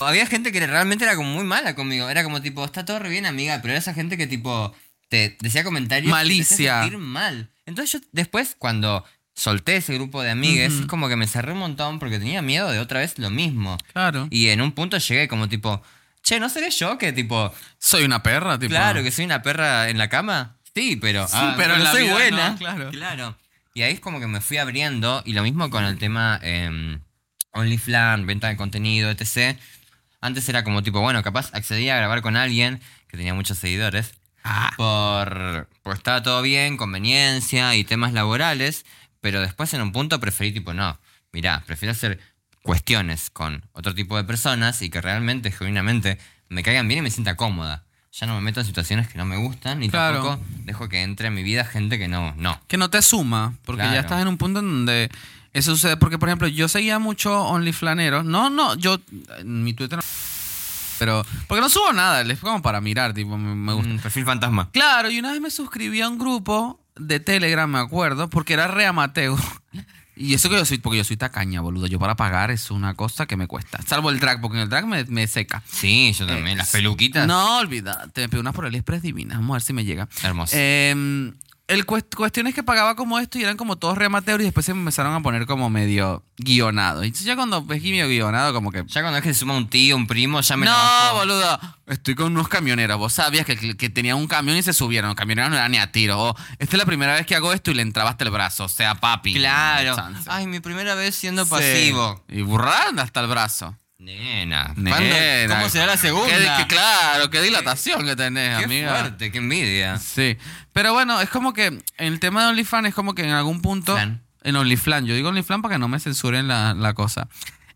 Speaker 3: había gente que realmente era como muy mala conmigo. Era como tipo, está todo re bien, amiga, pero era esa gente que tipo te decía comentarios que te
Speaker 2: Malicia.
Speaker 3: hacían sentir mal. Entonces yo después, cuando solté ese grupo de amigues, es como que me cerré un montón porque tenía miedo de otra vez lo mismo.
Speaker 2: Claro.
Speaker 3: Y en un punto llegué como tipo, che, ¿no seré yo que tipo,
Speaker 2: Soy una perra, tipo.
Speaker 3: claro, que soy una perra en la cama? Sí, pero, ah,
Speaker 2: Sí, pero en
Speaker 3: no
Speaker 2: la
Speaker 3: soy
Speaker 2: vida
Speaker 3: buena.
Speaker 2: no, claro.
Speaker 3: Y ahí es como que me fui abriendo y lo mismo con el tema eh, OnlyFans, venta de contenido, etc. Antes era como tipo, bueno, capaz accedía a grabar con alguien que tenía muchos seguidores
Speaker 2: Ah,
Speaker 3: por porque estaba todo bien, conveniencia y temas laborales, pero después en un punto preferí tipo, no, mirá, prefiero hacer cuestiones con otro tipo de personas y que realmente, genuinamente, me caigan bien y me sienta cómoda. Ya no me meto en situaciones que no me gustan y
Speaker 2: Claro.
Speaker 3: tampoco dejo que entre en mi vida gente que no, no.
Speaker 2: que no te suma, porque ya
Speaker 3: Claro.
Speaker 2: estás en un punto en donde eso sucede. Porque, por ejemplo, yo seguía mucho OnlyFlaneros. No, no, yo. en Mi Twitter no. Pero. Porque no subo nada, les como para mirar, tipo, me, me gusta.
Speaker 3: Mm, perfil fantasma.
Speaker 2: Claro, y una vez me suscribí a un grupo de Telegram, me acuerdo, porque era re amateur. Y eso que yo soy, porque yo soy tacaña, boludo. Yo para pagar es una cosa que me cuesta. Salvo el drag, porque en el drag me, me seca.
Speaker 3: Sí, yo también. Las peluquitas.
Speaker 2: Eh, No, olvida. Te pedí unas por AliExpress divinas. Vamos a ver si me llega.
Speaker 3: Hermoso.
Speaker 2: Eh, el cuest- cuestión es que pagaba como esto y eran como todos re amateur y después se me empezaron a poner como medio guionado. Y ya cuando ves medio guionado, como que.
Speaker 3: Ya cuando es que se suma un tío, un primo, ya me la
Speaker 2: No,
Speaker 3: bajó.
Speaker 2: boludo. Estoy con unos camioneros. Vos sabías que, que tenían un camión y se subieron. Los camioneros no eran ni a tiro. Oh, esta es la primera vez que hago esto y le entraba hasta el brazo. O sea, papi.
Speaker 3: Claro.
Speaker 2: No hay chance.
Speaker 3: Ay, mi primera vez siendo
Speaker 2: Sí.
Speaker 3: pasivo.
Speaker 2: Y burrando hasta el brazo.
Speaker 3: Nena. ¿cuándo-
Speaker 2: Nena.
Speaker 3: ¿Cómo será la segunda?
Speaker 2: Qué, di- que claro, qué dilatación que tenés,
Speaker 3: Qué
Speaker 2: amiga.
Speaker 3: fuerte, qué envidia.
Speaker 2: Sí. Pero bueno, es como que en el tema de OnlyFans es como que en algún punto.
Speaker 3: Flan.
Speaker 2: En OnlyFans. Yo digo OnlyFans para que no me censuren la, la cosa.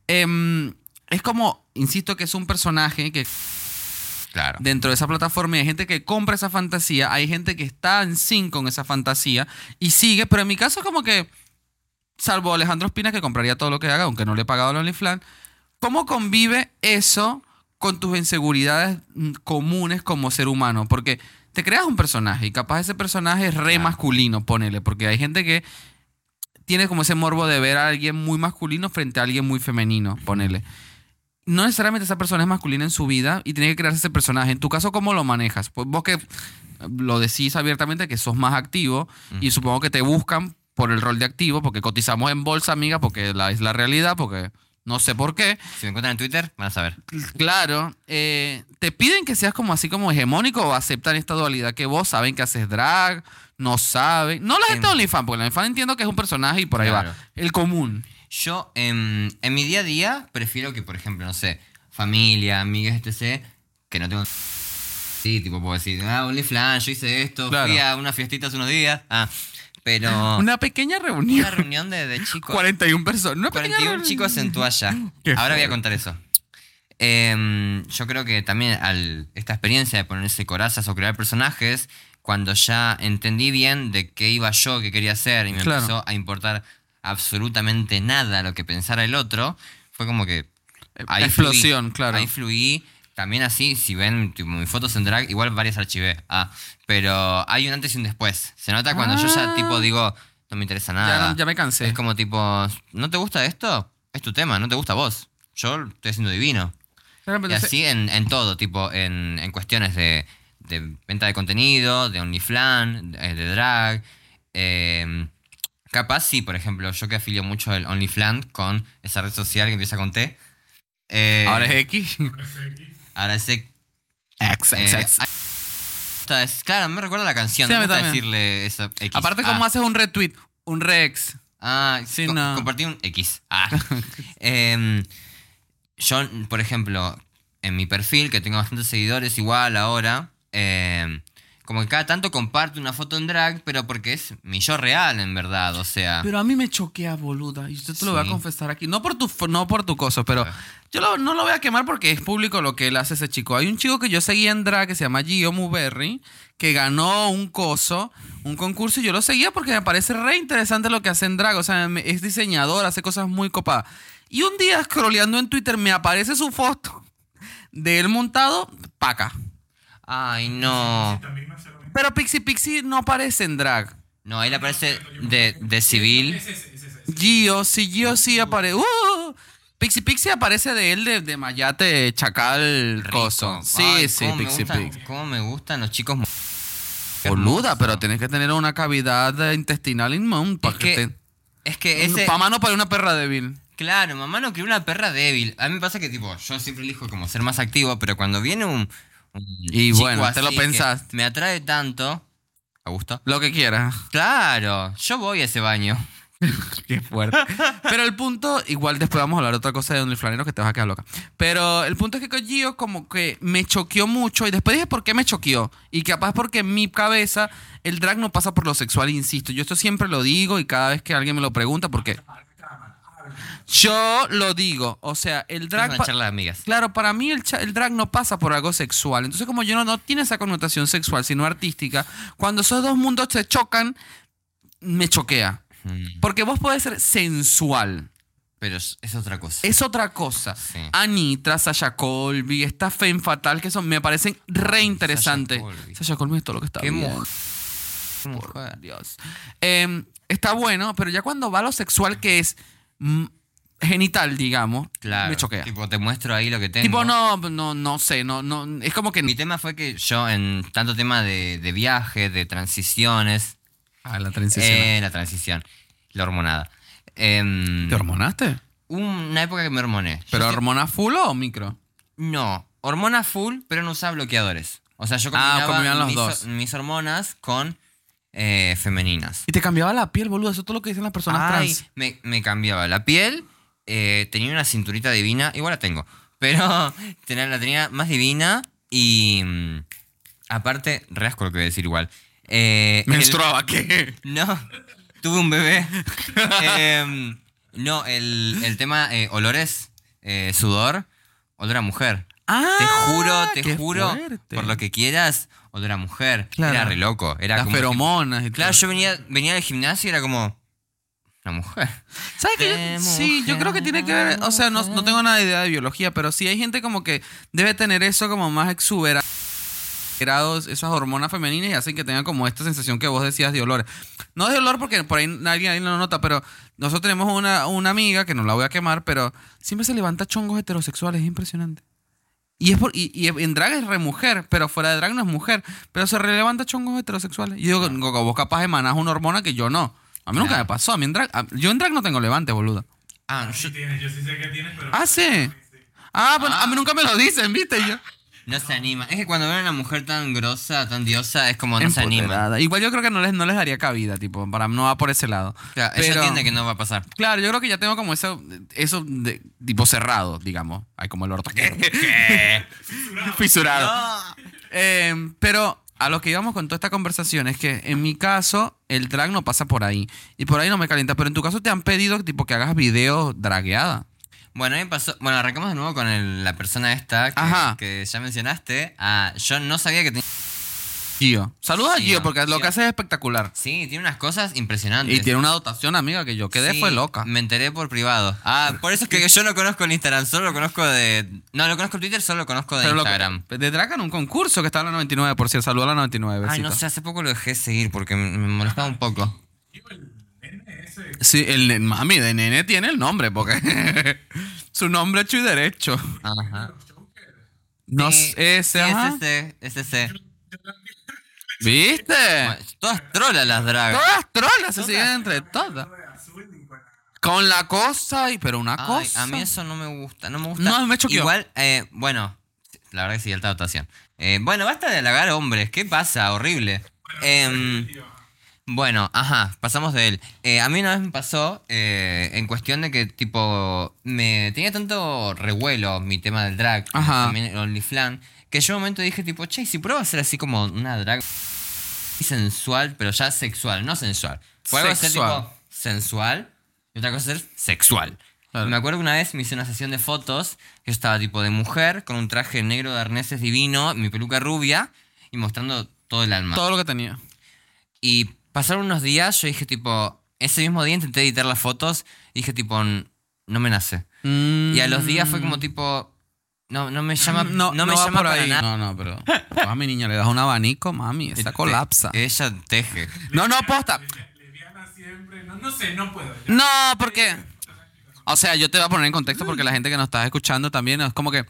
Speaker 2: Em, es como, insisto, que es un personaje que
Speaker 3: Claro.
Speaker 2: dentro de esa plataforma y hay gente que compra esa fantasía, hay gente que está en sync con esa fantasía y sigue, pero en mi caso como que, salvo Alejandro Espina que compraría todo lo que haga, aunque no le he pagado el OnlyFans, ¿cómo convive eso con tus inseguridades mm, comunes como ser humano? Porque te creas un personaje y capaz ese personaje es re
Speaker 3: Claro.
Speaker 2: masculino, ponele, porque hay gente que tiene como ese morbo de ver a alguien muy masculino frente a alguien muy femenino, ponele no necesariamente esa persona es masculina en su vida y tiene que crearse ese personaje. En tu caso, ¿cómo lo manejas? Pues vos que lo decís abiertamente que sos más activo y supongo que te buscan por el rol de activo, porque cotizamos en bolsa, amiga, porque la, es la realidad, porque no sé por qué.
Speaker 3: Si me encuentran en Twitter, van a saber.
Speaker 2: Claro, eh, te piden que seas como así como hegemónico o aceptan esta dualidad que vos saben que haces drag, no saben. No la gente de
Speaker 3: Ent-
Speaker 2: OnlyFans, porque la OnlyFans entiendo que es un personaje y por ahí
Speaker 3: Em. Claro.
Speaker 2: va. El común.
Speaker 3: Yo em, en, mi día a día prefiero que, por ejemplo, no sé, familia, amigas, etc., que no tengo... Sí, tipo, puedo decir, ah, OnlyFans, yo hice esto, fui
Speaker 2: Claro.
Speaker 3: a unas fiestitas unos días, ah, pero... Una,
Speaker 2: Una pequeña reunión.
Speaker 3: reunión de, de chicos,
Speaker 2: 41 personas. Una pequeña
Speaker 3: 41
Speaker 2: reunión.
Speaker 3: chicos en toalla.
Speaker 2: Qué
Speaker 3: Ahora
Speaker 2: fuerte.
Speaker 3: voy a contar eso. Em, yo creo que también al, esta experiencia de ponerse corazas o crear personajes, cuando ya entendí bien de qué iba yo, qué quería hacer, y me
Speaker 2: Claro.
Speaker 3: empezó a importar absolutamente nada lo que pensara el otro, fue como que... fluí.
Speaker 2: explosión, claro.
Speaker 3: Ahí fluí. También así, si ven tipo, mis fotos en drag, igual varias archivé. Ah, pero hay un antes y un después. Se nota cuando yo ya
Speaker 2: Ah.
Speaker 3: tipo digo, no me interesa nada.
Speaker 2: Ya, ya me cansé.
Speaker 3: Es como tipo, ¿no te gusta esto? Es tu tema, no te gusta a vos. Yo estoy haciendo divino.
Speaker 2: Claro,
Speaker 3: Y
Speaker 2: pero se-
Speaker 3: así en, en todo, tipo, en, en cuestiones de, de venta de contenido, de OnlyFans, de, de drag. eh, capaz sí, por ejemplo, yo que afilio mucho el OnlyFans con esa red social que empieza con T. eh,
Speaker 2: Ahora es X.
Speaker 3: Ahora es X.
Speaker 2: X,
Speaker 3: Eh, hay- esta es- Claro, me recuerda la canción.
Speaker 2: Sí, a mí
Speaker 3: no me gusta
Speaker 2: también.
Speaker 3: decirle esa X.
Speaker 2: Aparte, ¿cómo
Speaker 3: Ah.
Speaker 2: haces un retweet? Un rex.
Speaker 3: Ah,
Speaker 2: Sí,
Speaker 3: co-
Speaker 2: no.
Speaker 3: compartí un X. Ah. Em, yo, por ejemplo, en mi perfil, que tengo bastantes seguidores igual ahora, em, como que cada tanto comparto una foto en drag, pero porque es mi yo real, en verdad. O sea,
Speaker 2: Pero a mí me choquea, boluda. Y yo te lo voy
Speaker 3: Ah. Sí.
Speaker 2: a confesar aquí. No por tu, fo- no por tu cosa, pero yo lo- no lo voy a quemar porque es público lo que él hace ese chico. Hay un chico que yo seguía en drag que se llama Gio Muberry, que ganó un coso, un concurso, y yo lo seguía porque me parece re interesante lo que hace en drag. O sea, me- es diseñador, hace cosas muy copadas. Y un día, scrolleando en Twitter, me aparece su foto de él montado, paca.
Speaker 3: ay, no.
Speaker 4: También me hace lo mismo.
Speaker 2: Pero Pixie Pixie no aparece en drag.
Speaker 3: No, ahí le aparece de, de civil.
Speaker 4: Ese, ese, ese, ese.
Speaker 2: Gio, sí, Gio sí aparece. ¡Uh! Pixie Pixie aparece de él de, de Mayate Chacal
Speaker 3: rico.
Speaker 2: Coso. Sí,
Speaker 3: Ay,
Speaker 2: sí,
Speaker 3: cómo me
Speaker 2: Pixie
Speaker 3: gustan-
Speaker 2: Pixie.
Speaker 3: Cómo me gustan los chicos. mo-
Speaker 2: Boluda, pero tenés que tener una cavidad eh, intestinal inmunda
Speaker 3: Es
Speaker 2: para que,
Speaker 3: que, es que ese.
Speaker 2: Para mano para una perra débil.
Speaker 3: Claro, mamá no crió una perra débil. A mí me pasa que, tipo, yo siempre elijo como ser más activo, pero cuando viene un. un
Speaker 2: Y bueno, te lo
Speaker 3: así que
Speaker 2: pensaste.
Speaker 3: Me atrae tanto. ¿A gusto?
Speaker 2: Lo que quieras.
Speaker 3: Claro, yo voy a ese baño.
Speaker 2: Qué fuerte. Pero el punto, igual después vamos a hablar de otra cosa de OnlyFlanero que te vas a quedar loca. Pero el punto es que con Gio como que me choqueó mucho y después dije por qué me choqueó. Y capaz porque en mi cabeza el drag no pasa por lo sexual, insisto. Yo esto siempre lo digo y cada vez que alguien me lo pregunta, porque yo lo digo. O sea, el
Speaker 3: Es
Speaker 2: drag...
Speaker 3: una
Speaker 2: pa-
Speaker 3: charla de amigas.
Speaker 2: Claro, para mí el, cha- el drag no pasa por algo sexual. Entonces, como yo no, no tiene esa connotación sexual, sino artística, cuando esos dos mundos se chocan, me choquea.
Speaker 3: Mm,
Speaker 2: Porque vos podés ser sensual.
Speaker 3: Pero es es otra cosa.
Speaker 2: Es otra cosa.
Speaker 3: Sí.
Speaker 2: Anitra, Sasha Colby, esta Femme Fatal, que son, me parecen re interesantes.
Speaker 3: Colby.
Speaker 2: Sasha Colby es todo lo que está
Speaker 3: Qué
Speaker 2: bien.
Speaker 3: mujer. Mujer.
Speaker 2: Por Dios. Em, está bueno, pero ya cuando va lo sexual que es mm, genital, digamos,
Speaker 3: Claro.
Speaker 2: me choquea. Tipo,
Speaker 3: Tipo, te muestro ahí lo que tengo.
Speaker 2: no, no, no sé, no, no, es como que
Speaker 3: Mi tema fue que yo, en tanto tema de, de viaje, de transiciones,
Speaker 2: Ah, la
Speaker 3: eh, la transición, la hormonada. Em,
Speaker 2: ¿Te hormonaste?
Speaker 3: una época que me hormoné.
Speaker 2: ¿Pero
Speaker 3: Yo sí-
Speaker 2: hormona full o micro?
Speaker 3: No, hormona full, pero no usaba bloqueadores. O sea, yo
Speaker 2: Ah,
Speaker 3: combinaba,
Speaker 2: combinaban los
Speaker 3: mis,
Speaker 2: dos.
Speaker 3: mis hormonas con eh, femeninas.
Speaker 2: Y te cambiaba la piel, boludo, eso es todo lo que dicen las personas
Speaker 3: Ay,
Speaker 2: trans.
Speaker 3: Me, me cambiaba la piel, eh, tenía una cinturita divina, igual la tengo, pero tenía- la tenía más divina y mm, aparte, re asco lo que voy a decir igual. Eh, el-
Speaker 2: Menstruaba, ¿qué?
Speaker 3: no, tuve un bebé. Em, no, el, el tema eh, olores, eh, sudor, olor a mujer.
Speaker 2: Ah,
Speaker 3: Te juro,
Speaker 2: qué
Speaker 3: te juro,
Speaker 2: fuerte.
Speaker 3: por lo que quieras, olor a mujer.
Speaker 2: Claro.
Speaker 3: Era re loco. Era
Speaker 2: Las
Speaker 3: como que-
Speaker 2: feromonas y
Speaker 3: claro,
Speaker 2: todo.
Speaker 3: yo venía, venía del gimnasio y era como. Una mujer.
Speaker 2: ¿Sabes qué?
Speaker 3: Eh,
Speaker 2: Yo- Sí, yo
Speaker 3: mujer,
Speaker 2: creo que tiene que ver, o sea, no, no tengo nada de idea de biología, pero sí hay gente como que debe tener eso como más exuberado, esas hormonas femeninas y hacen que tengan como esta sensación que vos decías de olor. No de olor porque por ahí nadie, nadie lo nota, pero nosotros tenemos una, una amiga, que no la voy a quemar, pero siempre se levanta chongos heterosexuales, es impresionante. Y, es por, y, y en drag es re mujer, pero fuera de drag no es mujer. Pero se re levanta chongos heterosexuales. Y digo, "Coco, vos capaz emanás una hormona que yo no. A mí nunca
Speaker 3: Claro.
Speaker 2: me pasó. A mí en drag, a- yo en drag no tengo levante, boludo.
Speaker 3: Ah, no, yo
Speaker 4: Sí tienes, yo sí sé que tienes, pero.
Speaker 2: Ah, sí. Ah, bueno,
Speaker 3: Ah.
Speaker 2: a mí nunca me lo dicen, ¿viste? Yo.
Speaker 3: no se anima. Es que cuando ven a una mujer tan grosa, tan diosa, es como no se anima.
Speaker 2: Empoderada. Igual yo creo que no les, no les daría cabida, tipo, para no va por ese lado.
Speaker 3: Claro, ella
Speaker 2: Pero-
Speaker 3: entiende que no va a pasar.
Speaker 2: Claro, yo creo que ya tengo como eso, eso de, tipo cerrado, digamos. Hay como el orto. Fisurado. Eh, pero a lo que íbamos con toda esta conversación es que en mi caso el drag no pasa por ahí. Y por ahí no me calienta. Pero en tu caso te han pedido tipo que hagas videos dragueada.
Speaker 3: Bueno, a mí me pasó. Bueno, arrancamos de nuevo con el- la persona esta
Speaker 2: Ajá.
Speaker 3: que, que ya mencionaste. Ah, yo no sabía que tenía.
Speaker 2: Gio. Saludos a
Speaker 3: Gio,
Speaker 2: Gio porque lo
Speaker 3: Gio.
Speaker 2: que hace es espectacular.
Speaker 3: Sí, tiene unas cosas impresionantes.
Speaker 2: Y tiene una dotación, amiga, que yo quedé
Speaker 3: Sí,
Speaker 2: fue loca.
Speaker 3: Me enteré por privado. Ah, por eso es que yo no conozco el Instagram, solo lo conozco de. No, lo conozco en Twitter, solo lo conozco de
Speaker 2: Pero lo-
Speaker 3: Instagram.
Speaker 2: de drag en un concurso que está a la 99, por cierto. Saludos a la 99.
Speaker 3: Ay,
Speaker 2: besito.
Speaker 3: no sé, hace poco lo dejé seguir porque me me molestaba un poco.
Speaker 2: Sí, el nen- mami de nene tiene el nombre porque su nombre hecho y derecho.
Speaker 3: Ajá.
Speaker 2: No
Speaker 3: Sí,
Speaker 2: sé, ese,
Speaker 3: sí,
Speaker 2: ajá.
Speaker 3: es ese, es este. ese.
Speaker 2: ¿Viste?
Speaker 3: Bueno, todas trolas las dragas.
Speaker 2: Todas trolas se siguen entre todas. Con la cosa, y, pero una
Speaker 3: Ay,
Speaker 2: cosa.
Speaker 3: a mí eso no me gusta, no me gusta.
Speaker 2: No, me choqueó.
Speaker 3: Igual, eh, bueno, la verdad que sí, alta dotación. Eh, bueno, basta de halagar hombres, ¿qué pasa? Horrible. Em, Bueno, ajá, pasamos de él. Eh, a mí una vez me pasó eh, en cuestión de que, tipo, me tenía tanto revuelo mi tema del drag,
Speaker 2: Ajá.
Speaker 3: también el OnlyFlan, que yo en un momento dije, tipo, che, si pruebo a hacer así como una drag sensual, pero ya sexual, no sensual. Fue algo hacer
Speaker 2: Sexual.
Speaker 3: tipo sensual y otra cosa ser sexual.
Speaker 2: Claro.
Speaker 3: Me acuerdo que una vez me hice una sesión de fotos, yo estaba tipo de mujer, con un traje negro de arneses divino, mi peluca rubia y mostrando todo el alma.
Speaker 2: Todo lo que tenía.
Speaker 3: Y pasaron unos días, yo dije tipo, ese mismo día intenté editar las fotos, y dije tipo, "N- no me nace. Y a los días fue como tipo, no, no me llama, no, me
Speaker 2: va
Speaker 3: llama
Speaker 2: por
Speaker 3: para
Speaker 2: ahí.
Speaker 3: nada.
Speaker 2: Mm. No,
Speaker 3: Este,
Speaker 2: no, pero. A mi niña le das un abanico, mami. Esa
Speaker 3: Te-
Speaker 2: colapsa.
Speaker 3: Ella teje.
Speaker 2: No, no, posta.
Speaker 4: Lesbiana siempre. No, no sé, no puedo. ya.
Speaker 2: No, porque. O sea, yo te voy a poner en contexto porque la gente que nos está escuchando también es como que.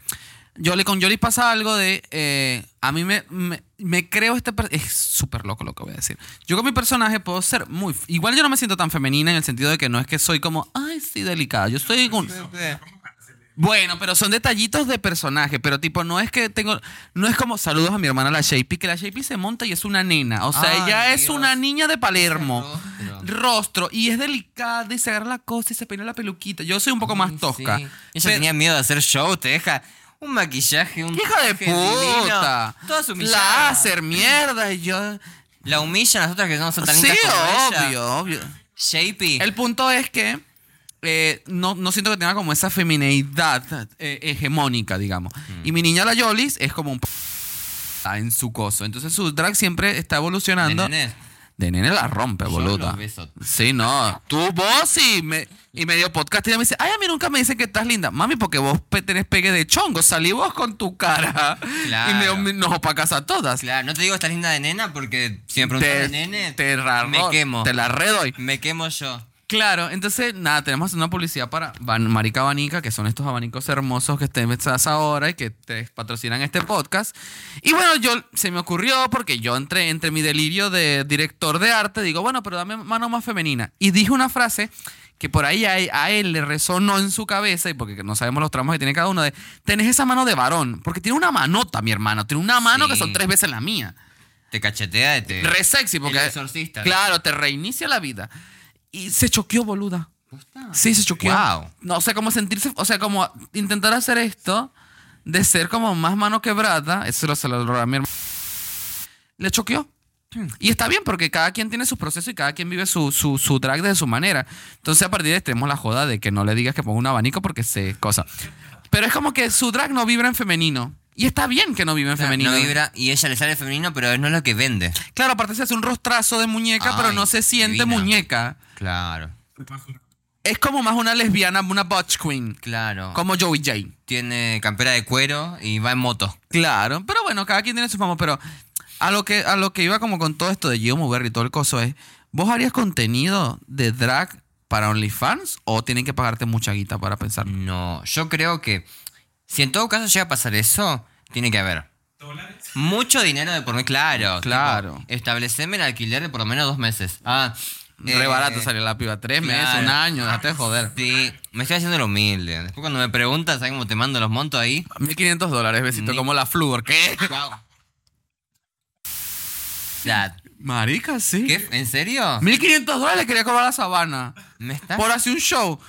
Speaker 2: Yoli, con Yoli pasa algo de. eh, a mí me, me, me creo este. per- Es súper loco lo que voy a decir. Yo con mi personaje puedo ser muy. Igual yo no me siento tan femenina en el sentido de que no es que soy como. Ay, sí, delicada. Yo soy un. Bueno, pero son detallitos de personaje, pero tipo, no es que tengo, no es como saludos a mi hermana la Shapey, que la Shapey se monta y es una nena, o sea,
Speaker 3: Ay,
Speaker 2: ella es
Speaker 3: Dios.
Speaker 2: una niña de Palermo,
Speaker 3: Rostro.
Speaker 2: rostro. y es delicada y se agarra la cosa y se peina la peluquita, yo soy un poco más
Speaker 3: Sí,
Speaker 2: tosca.
Speaker 3: sí. Ella
Speaker 2: Pero-
Speaker 3: tenía miedo de hacer show, te deja un maquillaje, un
Speaker 2: Hija de
Speaker 3: traje divino,
Speaker 2: puta,
Speaker 3: todas humilladas.
Speaker 2: láser, mierda, y yo...
Speaker 3: La humillan las otras que no son tan
Speaker 2: Sí,
Speaker 3: lindas como ella.
Speaker 2: obvio, obvio.
Speaker 3: Shapey.
Speaker 2: El punto es que eh, no, no siento que tenga como esa femineidad eh, hegemónica, digamos.
Speaker 3: Mm.
Speaker 2: Y mi niña la Yolis es como un p- en su coso. Entonces su drag siempre está
Speaker 3: de
Speaker 2: evolucionando.
Speaker 3: nenés.
Speaker 2: De nene la rompe,
Speaker 3: Yo
Speaker 2: boluda.
Speaker 3: los beso.
Speaker 2: Sí, no. Tú, vos y, me, y medio podcast. Y ella me dice, ay, a mí nunca me dicen que estás linda. Mami, porque vos pe- tenés pegue de chongo. Salí vos con tu cara.
Speaker 3: Claro.
Speaker 2: Y medio me- nos opacas a todas.
Speaker 3: Claro, no te digo estás linda de nena porque si me preguntas
Speaker 2: Te,
Speaker 3: de nene,
Speaker 2: te ra-
Speaker 3: me quemo.
Speaker 2: Te la redoy.
Speaker 3: me quemo yo.
Speaker 2: Claro, entonces, nada, tenemos una publicidad para Ban- Marica Abanica, que son estos abanicos hermosos que te estás ahora y que te patrocinan este podcast. Y bueno, yo se me ocurrió, porque yo entre, entre mi delirio de director de arte, digo, bueno, pero dame mano más femenina. Y dije una frase que por ahí a, a él le resonó en su cabeza, y porque no sabemos los tramos que tiene cada uno, de, tenés esa mano de varón, porque tiene una manota, mi hermano, tiene una mano que
Speaker 3: Sí.
Speaker 2: son tres veces la mía.
Speaker 3: Te cachetea y te.
Speaker 2: Re sexy, porque...
Speaker 3: El exorcista.
Speaker 2: Claro, te reinicia la vida. Y se choqueó, boluda.
Speaker 3: Posta.
Speaker 2: Sí, se choqueó.
Speaker 3: Wow.
Speaker 2: No, o sea, como sentirse, o sea, como intentar hacer esto de ser como más mano quebrada, eso lo se lo logró a mi hermano. Le choqueó.
Speaker 3: Hmm.
Speaker 2: Y está bien porque cada quien tiene sus procesos y cada quien vive su, su, su drag de su manera. Entonces a partir de ahí tenemos la joda de que no le digas que ponga un abanico porque se cosa. Pero es como que su drag no vibra en femenino. Y está bien que no vibra en
Speaker 3: Claro,
Speaker 2: femenino.
Speaker 3: Ah, No vibra y ella le sale femenino, pero no es lo que vende.
Speaker 2: Claro, aparte se hace un rostrazo de muñeca, pero
Speaker 3: Ay,
Speaker 2: no se siente
Speaker 3: divina.
Speaker 2: muñeca.
Speaker 3: Claro.
Speaker 2: Es como más una lesbiana, una botch queen.
Speaker 3: Claro.
Speaker 2: Como Joey J.
Speaker 3: Tiene campera de cuero y va en moto.
Speaker 2: Claro, pero bueno, cada quien tiene su fama, pero a lo que a lo que iba como con todo esto de Gio Muberry y todo el coso es, ¿vos harías contenido de drag para OnlyFans o tienen que pagarte mucha guita para pensar?
Speaker 3: No, yo creo que si en todo caso llega a pasar eso, tiene que haber
Speaker 4: ¿Dólares?
Speaker 3: mucho dinero de por medio. Claro. tipo,
Speaker 2: Claro.
Speaker 3: establecerme el alquiler de por lo menos dos meses. Ah.
Speaker 2: Re
Speaker 3: eh,
Speaker 2: barato salió la piba, tres
Speaker 3: claro.
Speaker 2: meses, un año, date de joder.
Speaker 3: Sí, me estoy haciendo lo humilde. Después cuando me preguntas, ¿sabes cómo te mando los montos ahí?
Speaker 2: 1500 dólares, besito,
Speaker 3: Ni-
Speaker 2: como la flúor. ¿Qué?
Speaker 3: Chao. Ya,
Speaker 2: Marica, sí.
Speaker 3: ¿Qué? ¿En serio?
Speaker 2: 1500 dólares quería cobrar la sabana.
Speaker 3: ¿Me estás?
Speaker 2: Por hacer un show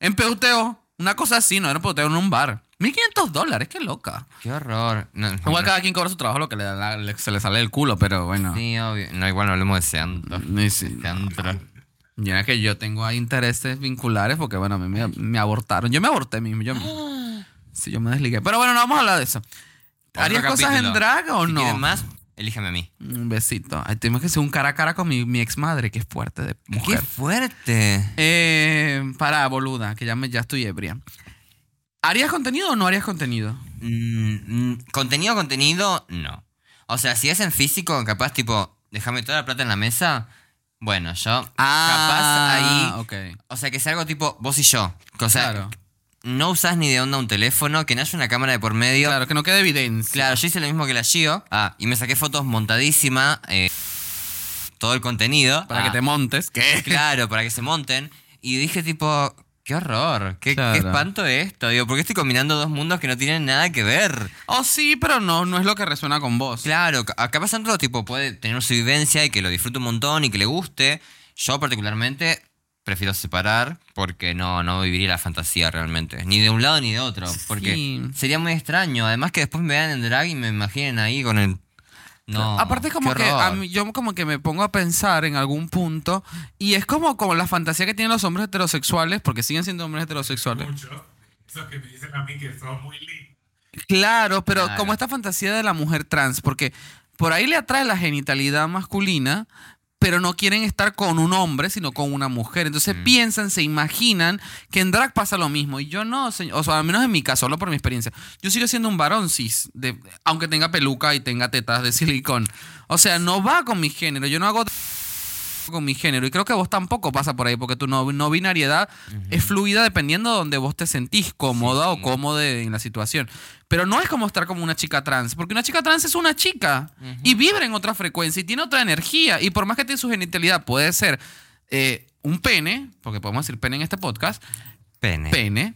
Speaker 2: en Peuteo, una cosa así, no era en Peuteo, en un bar. 1500 dólares, qué loca.
Speaker 3: Qué horror. No, no,
Speaker 2: Igual
Speaker 3: no.
Speaker 2: cada quien cobra su trabajo lo que le da la- le- se le sale del culo, pero bueno.
Speaker 3: Sí, obvio. No, igual no hablemos de Seantro.
Speaker 2: Y sí.
Speaker 3: Seantro.
Speaker 2: Mira que yo tengo ahí intereses vinculares porque, bueno, a mí me, me abortaron. Yo me aborté mismo. Yo me- sí, yo me desligué. Pero bueno, no vamos a hablar de eso. ¿Harías
Speaker 3: Otro
Speaker 2: cosas en
Speaker 3: capítulo.
Speaker 2: drag o
Speaker 3: Si
Speaker 2: Oh, no?
Speaker 3: quieren más, elíjame a mí.
Speaker 2: Un besito. Ay, tenemos que hacer un cara a cara con mi, mi ex madre, que es fuerte de mujer.
Speaker 3: ¡Qué fuerte!
Speaker 2: Eh, para, boluda, que ya, me, ya estoy ebria. ¿Harías contenido o no harías contenido?
Speaker 3: Mm, mm, contenido, contenido, no. O sea, si es en físico, capaz, tipo, déjame toda la plata en la mesa. Bueno, yo.
Speaker 2: Ah,
Speaker 3: capaz ahí.
Speaker 2: ahí.
Speaker 3: O sea, que sea algo tipo vos y yo. O sea,
Speaker 2: Claro.
Speaker 3: no usás ni de onda un teléfono, que no haya una cámara de por medio.
Speaker 2: Claro, que no quede evidencia.
Speaker 3: Claro, yo hice lo mismo que la Gio. Ah, y me saqué fotos montadísima. eh, todo el contenido.
Speaker 2: Para
Speaker 3: Ah,
Speaker 2: que te montes. ¿Qué?
Speaker 3: Claro, para que se monten. Y dije, tipo, qué horror. Qué, qué
Speaker 2: Claro.
Speaker 3: espanto esto. Digo, ¿por qué estoy combinando dos mundos que no tienen nada que ver?
Speaker 2: Oh, sí, pero no, no es lo que resuena con vos.
Speaker 3: Claro, ca- acá pasando, tipo, puede tener su vivencia y que lo disfrute un montón y que le guste. Yo, particularmente. Prefiero separar porque no, no viviría la fantasía realmente. Ni de un lado ni de otro. Porque
Speaker 2: Sí.
Speaker 3: sería muy extraño. Además que después me vean en drag y me imaginen ahí con el... No.
Speaker 2: Aparte es como
Speaker 3: qué
Speaker 2: que a
Speaker 3: horror.
Speaker 2: mí- yo como que me pongo a pensar en algún punto y es como, como la fantasía que tienen los hombres heterosexuales, porque siguen siendo hombres heterosexuales.
Speaker 4: Mucho. Esos que me dicen a mí que son muy lindos.
Speaker 2: Claro, pero
Speaker 3: Claro.
Speaker 2: como esta fantasía de la mujer trans, porque por ahí le atrae la genitalidad masculina, pero no quieren estar con un hombre, sino con una mujer. Entonces piensan, se imaginan que en drag pasa lo mismo. Y yo no, señor- o sea, al menos en mi caso, hablo por mi experiencia. Yo sigo siendo un varón cis, de- aunque tenga peluca y tenga tetas de silicón. O sea, no va con mi género. Yo no hago con mi género. Y creo que vos tampoco pasa por ahí, porque tu no, no binariedad es fluida dependiendo de donde vos te sentís cómoda o cómodo en la situación. Pero no es como estar como una chica trans, porque una chica trans es una chica y vibra en otra frecuencia y tiene otra energía. Y por más que tiene su genitalidad, puede ser eh, un pene, porque podemos decir pene en este podcast,
Speaker 3: Pene.
Speaker 2: pene.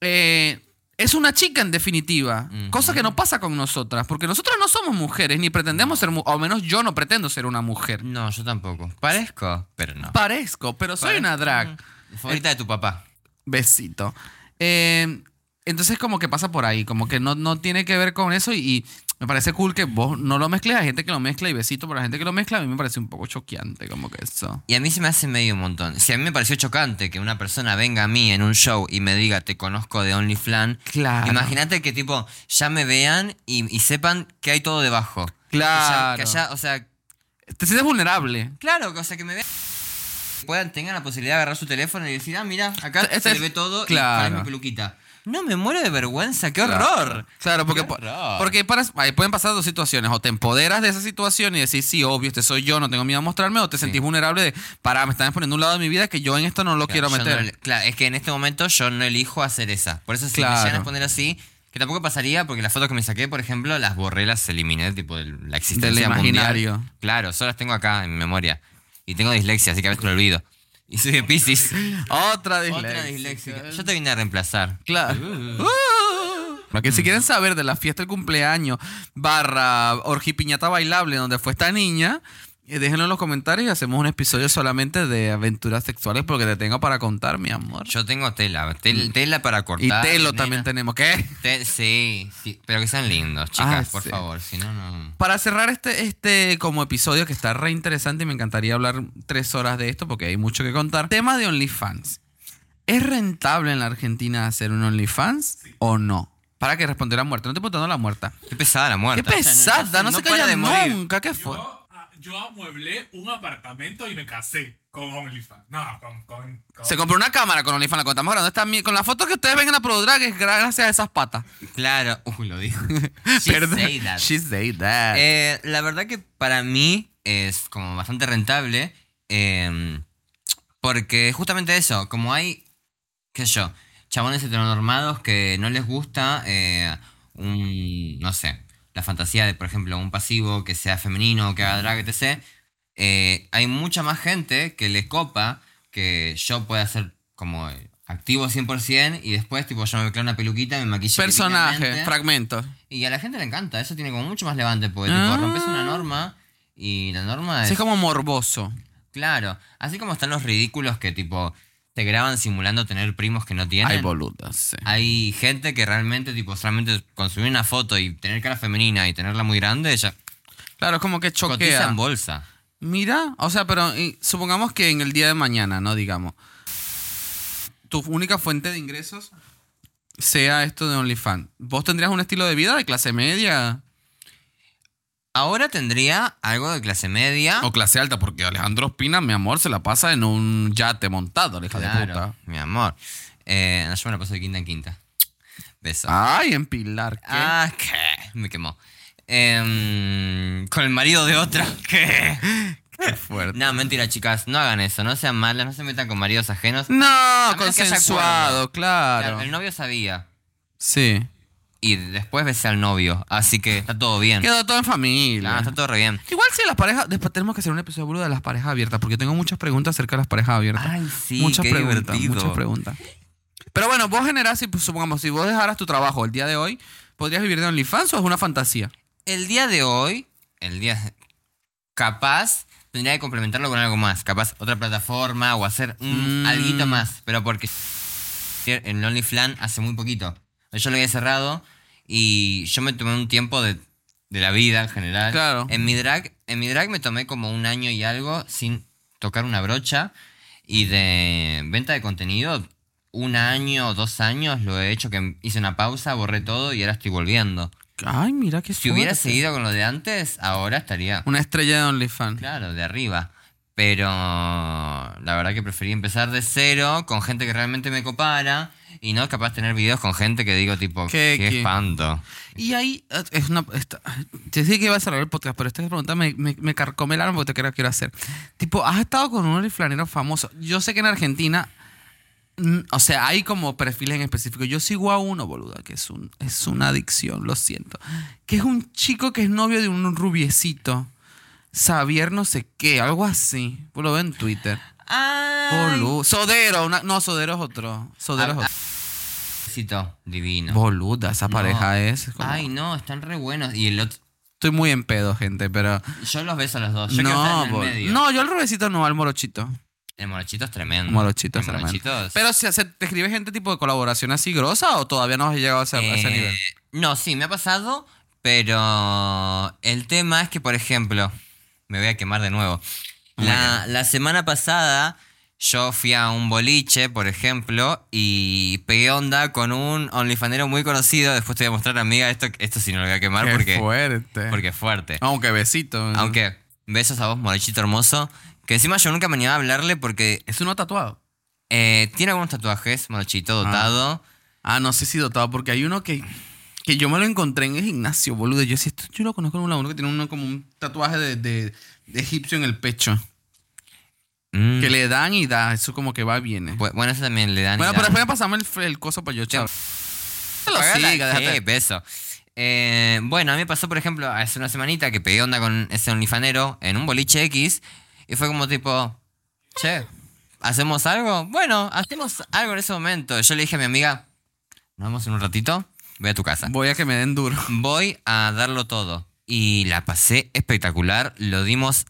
Speaker 2: eh, es una chica en definitiva,
Speaker 3: Ujú.
Speaker 2: cosa que no pasa con nosotras, porque nosotras no somos mujeres, ni pretendemos ser, mu- o al menos yo no pretendo ser una mujer.
Speaker 3: No, yo tampoco. Parezco, pero no.
Speaker 2: Parezco, pero soy
Speaker 3: Parezco
Speaker 2: una drag.
Speaker 3: Favorita de tu papá.
Speaker 2: Besito. Eh, entonces, como que pasa por ahí, como que no, no tiene que ver con eso y, y me parece cool que vos no lo mezcles, hay gente que lo mezcla y besito para la gente que lo mezcla, a mí me parece un poco choqueante, como que eso.
Speaker 3: Y a mí se me hace medio un montón. Si a mí me pareció chocante que una persona venga a mí en un show y me diga, te conozco de OnlyFlan.
Speaker 2: Claro.
Speaker 3: Imagínate que, tipo, ya me vean y, y sepan que hay todo debajo. Que ya-
Speaker 2: Claro.
Speaker 3: Que ya, o sea,
Speaker 2: Te sientes vulnerable.
Speaker 3: Claro, o sea, que me vean. Puedan, tengan la posibilidad de agarrar su teléfono y decir, ah, mira, acá
Speaker 2: Este
Speaker 3: se
Speaker 2: es-
Speaker 3: le ve todo
Speaker 2: claro.
Speaker 3: y acá es mi peluquita. No, me muero de vergüenza, qué
Speaker 2: Claro.
Speaker 3: horror.
Speaker 2: Claro, porque,
Speaker 3: Qué horror.
Speaker 2: porque para, ahí pueden pasar dos situaciones. O te empoderas de esa situación y decís, sí, obvio, este soy yo, no tengo miedo a mostrarme. O te sentís vulnerable de, para, me están exponiendo un lado de mi vida que yo en esto no lo quiero
Speaker 3: Claro, yo
Speaker 2: meter.
Speaker 3: no le- claro, es que en este momento yo no elijo hacer esa. Por eso si
Speaker 2: Claro.
Speaker 3: me llegan a poner así, que tampoco pasaría porque las fotos que me saqué, por ejemplo, las borré, las eliminé, tipo, de la existencia
Speaker 2: Del
Speaker 3: mundial.
Speaker 2: imaginario.
Speaker 3: Claro, solo las tengo acá en mi memoria. Y tengo dislexia, así que a veces me olvido. Y soy de Pisces.
Speaker 2: Otra dislexia.
Speaker 3: Otra disléxica. Yo te vine a reemplazar.
Speaker 2: Claro.
Speaker 3: Uh.
Speaker 2: Porque si quieren saber de la fiesta del cumpleaños barra orgipiñata bailable donde fue esta niña, eh, déjenlo en los comentarios y hacemos un episodio solamente de aventuras sexuales porque te tengo para contar, mi amor.
Speaker 3: Yo tengo tela, tel- tela para
Speaker 2: Y
Speaker 3: cortar.
Speaker 2: telo
Speaker 3: nena.
Speaker 2: también tenemos. ¿Qué?
Speaker 3: Te- sí, sí, pero que sean lindos, chicas,
Speaker 2: Ah,
Speaker 3: por
Speaker 2: sí.
Speaker 3: favor. Si no, no.
Speaker 2: Para cerrar este, este como episodio que está re interesante y me encantaría hablar tres horas de esto porque hay mucho que contar. Tema de OnlyFans. ¿Es rentable en la Argentina hacer un OnlyFans o no? Para que respondió la muerta. No te preguntando la muerta.
Speaker 3: Qué pesada la muerte.
Speaker 2: Qué pesada, no, se
Speaker 3: para
Speaker 2: calla
Speaker 3: de morir.
Speaker 2: nunca. ¿Qué fue?
Speaker 4: Yo, ah, yo amueblé un apartamento y me casé con OnlyFans. No, con. con, con-
Speaker 2: Se compró una cámara con OnlyFans, la que estamos grabando esta mi- con las fotos que ustedes ven en la ProDrag es gracias a esas patas.
Speaker 3: Claro, uh, lo dijo. She
Speaker 2: Perdón.
Speaker 3: say that.
Speaker 2: She say that.
Speaker 3: Eh, la verdad que para mí es como bastante rentable. eh, porque justamente eso, como hay, qué sé yo, chabones heteronormados que no les gusta eh, un, no sé, la fantasía de, por ejemplo, un pasivo que sea femenino, que haga drag, etc. eh, hay mucha más gente que le copa que yo pueda ser como activo 100% y después tipo yo me clavo una peluquita, me maquillo.
Speaker 2: Personaje,
Speaker 3: divinamente.
Speaker 2: fragmento.
Speaker 3: Y a la gente le encanta, eso tiene como mucho más levante, porque tipo,
Speaker 2: Ah.
Speaker 3: rompes una norma y la norma es,
Speaker 2: Sí, es como morboso.
Speaker 3: Claro, así como están los ridículos que tipo te graban simulando tener primos que no tienen.
Speaker 2: Hay boludas, sí.
Speaker 3: Hay gente que realmente, tipo, solamente consumir una foto y tener cara femenina y tenerla muy grande, ella
Speaker 2: Claro, es como que
Speaker 3: cotiza
Speaker 2: choquea.
Speaker 3: en bolsa.
Speaker 2: Mira, o sea, pero y, supongamos que en el día de mañana, ¿no? Digamos, tu única fuente de ingresos sea esto de OnlyFans. ¿Vos tendrías un estilo de vida de clase media?
Speaker 3: Ahora tendría algo de clase media.
Speaker 2: O clase alta, porque Alejandro Espina, mi amor, se la pasa en un yate montado, la hija de
Speaker 3: Claro,
Speaker 2: puta.
Speaker 3: mi amor. Eh, no, yo me la paso de quinta en quinta. Beso.
Speaker 2: Ay, en Pilar, ¿qué?
Speaker 3: Ah, ¿qué? Me quemó. Em, con el marido de otra. ¿Qué?
Speaker 2: Qué fuerte.
Speaker 3: No, mentira, chicas. No hagan eso. No sean malas. No se metan con maridos ajenos.
Speaker 2: No,
Speaker 3: menos que haya
Speaker 2: consensuado,
Speaker 3: acuerdo.
Speaker 2: claro.
Speaker 3: El novio sabía.
Speaker 2: Sí.
Speaker 3: Y después besé al novio. Así que está todo bien.
Speaker 2: Quedó todo en familia.
Speaker 3: Ah, está todo re bien.
Speaker 2: Igual si las parejas, después tenemos que hacer un episodio boludo de las parejas abiertas, porque tengo muchas preguntas acerca de las parejas abiertas.
Speaker 3: Ay, sí,
Speaker 2: muchas
Speaker 3: qué
Speaker 2: preguntas,
Speaker 3: divertido.
Speaker 2: muchas preguntas. Pero bueno, vos generás, si, pues, supongamos, si vos dejaras tu trabajo el día de hoy, ¿podrías vivir de OnlyFans o es una fantasía?
Speaker 3: El día de hoy, el día. Capaz tendría que complementarlo con algo más. Capaz otra plataforma o hacer un
Speaker 2: Mm.
Speaker 3: alguito más. Pero porque en OnlyFlan hace muy poquito. Yo lo había cerrado y yo me tomé un tiempo de, de la vida en general.
Speaker 2: Claro.
Speaker 3: En mi drag, en mi drag me tomé como un año y algo sin tocar una brocha. Y de venta de contenido, un año o dos años lo he hecho que hice una pausa, borré todo y ahora estoy volviendo.
Speaker 2: Ay, mira que
Speaker 3: Si hubiera seguido con lo de antes, ahora estaría,
Speaker 2: Una estrella de OnlyFans.
Speaker 3: claro, de arriba. Pero la verdad que preferí empezar de cero, con gente que realmente me copara, y no capaz tener videos con gente que digo tipo,
Speaker 2: ¿Qué-
Speaker 3: qué,
Speaker 2: qué?
Speaker 3: espanto.
Speaker 2: Y ahí eh, es una. esta- te dije que iba a cerrar el podcast, pero esta pregunta me, me, me carcome el alma porque te quiero, quiero hacer. Tipo, has estado con un OnlyFlanero famoso. Yo sé que en Argentina. mm, O sea, hay como perfiles en específico. Yo sigo a uno, boluda, que es, un, es una adicción, lo siento. Que es un chico que es novio de un rubiecito. Xavier no sé qué, algo así. Vos Lo veo en Twitter. Boludo. Sodero, una- no, Sodero es otro. Sodero es
Speaker 3: Ah,
Speaker 2: otro.
Speaker 3: Éxito divino.
Speaker 2: Boluda, esa pareja
Speaker 3: No.
Speaker 2: es. como-
Speaker 3: Ay, no, están re buenos. Y el otro,
Speaker 2: Estoy muy en pedo, gente, pero.
Speaker 3: yo los beso a los dos. Yo quiero estar
Speaker 2: no,
Speaker 3: en el
Speaker 2: bol-
Speaker 3: medio.
Speaker 2: no, yo al revésito no, al morochito.
Speaker 3: El morochito es tremendo.
Speaker 2: El morochito es
Speaker 3: El
Speaker 2: tremendo.
Speaker 3: morochito es-
Speaker 2: Pero si hace- te escribe gente tipo de colaboración así grosa o todavía no has llegado a ese, a ese
Speaker 3: Eh,
Speaker 2: nivel.
Speaker 3: No, sí, me ha pasado, pero el tema es que, por ejemplo, me voy a quemar de nuevo. La, la semana pasada yo fui a un boliche, por ejemplo, y pegué onda con un OnlyFanero muy conocido. Después te voy a mostrar, amiga, esto, esto sí no lo voy a quemar
Speaker 2: Qué
Speaker 3: porque,
Speaker 2: fuerte.
Speaker 3: porque es fuerte.
Speaker 2: Aunque besito. ¿no?
Speaker 3: Aunque Besos a vos, Morechito hermoso. Que encima yo nunca me animaba a hablarle porque
Speaker 2: Es uno tatuado.
Speaker 3: eh, tiene algunos tatuajes, Morechito, dotado.
Speaker 2: Ah, no sé si dotado, porque hay uno que, que yo me lo encontré en el gimnasio, boludo. Yo sí, esto yo lo conozco en un lado, uno que tiene uno como un tatuaje de, de- de egipcio en el pecho.
Speaker 3: Mm.
Speaker 2: Que le dan y da, eso como que va y viene.
Speaker 3: Bu- Bueno, eso también le dan.
Speaker 2: Bueno,
Speaker 3: le
Speaker 2: pero
Speaker 3: dan.
Speaker 2: después pasamos el, f- el coso para yo, chaval. No lo
Speaker 3: Pagala,
Speaker 2: siga,
Speaker 3: sí,
Speaker 2: déjate.
Speaker 3: beso. Eh, bueno, a mí me pasó, por ejemplo, hace una semanita que pegué onda con ese olifanero en un boliche X y fue como tipo, che, ¿hacemos algo? Bueno, hacemos algo en ese momento. Yo le dije a mi amiga, nos vemos en un ratito, voy a tu casa.
Speaker 2: Voy a que me den duro.
Speaker 3: Voy a darlo todo. Y la pasé espectacular, lo dimos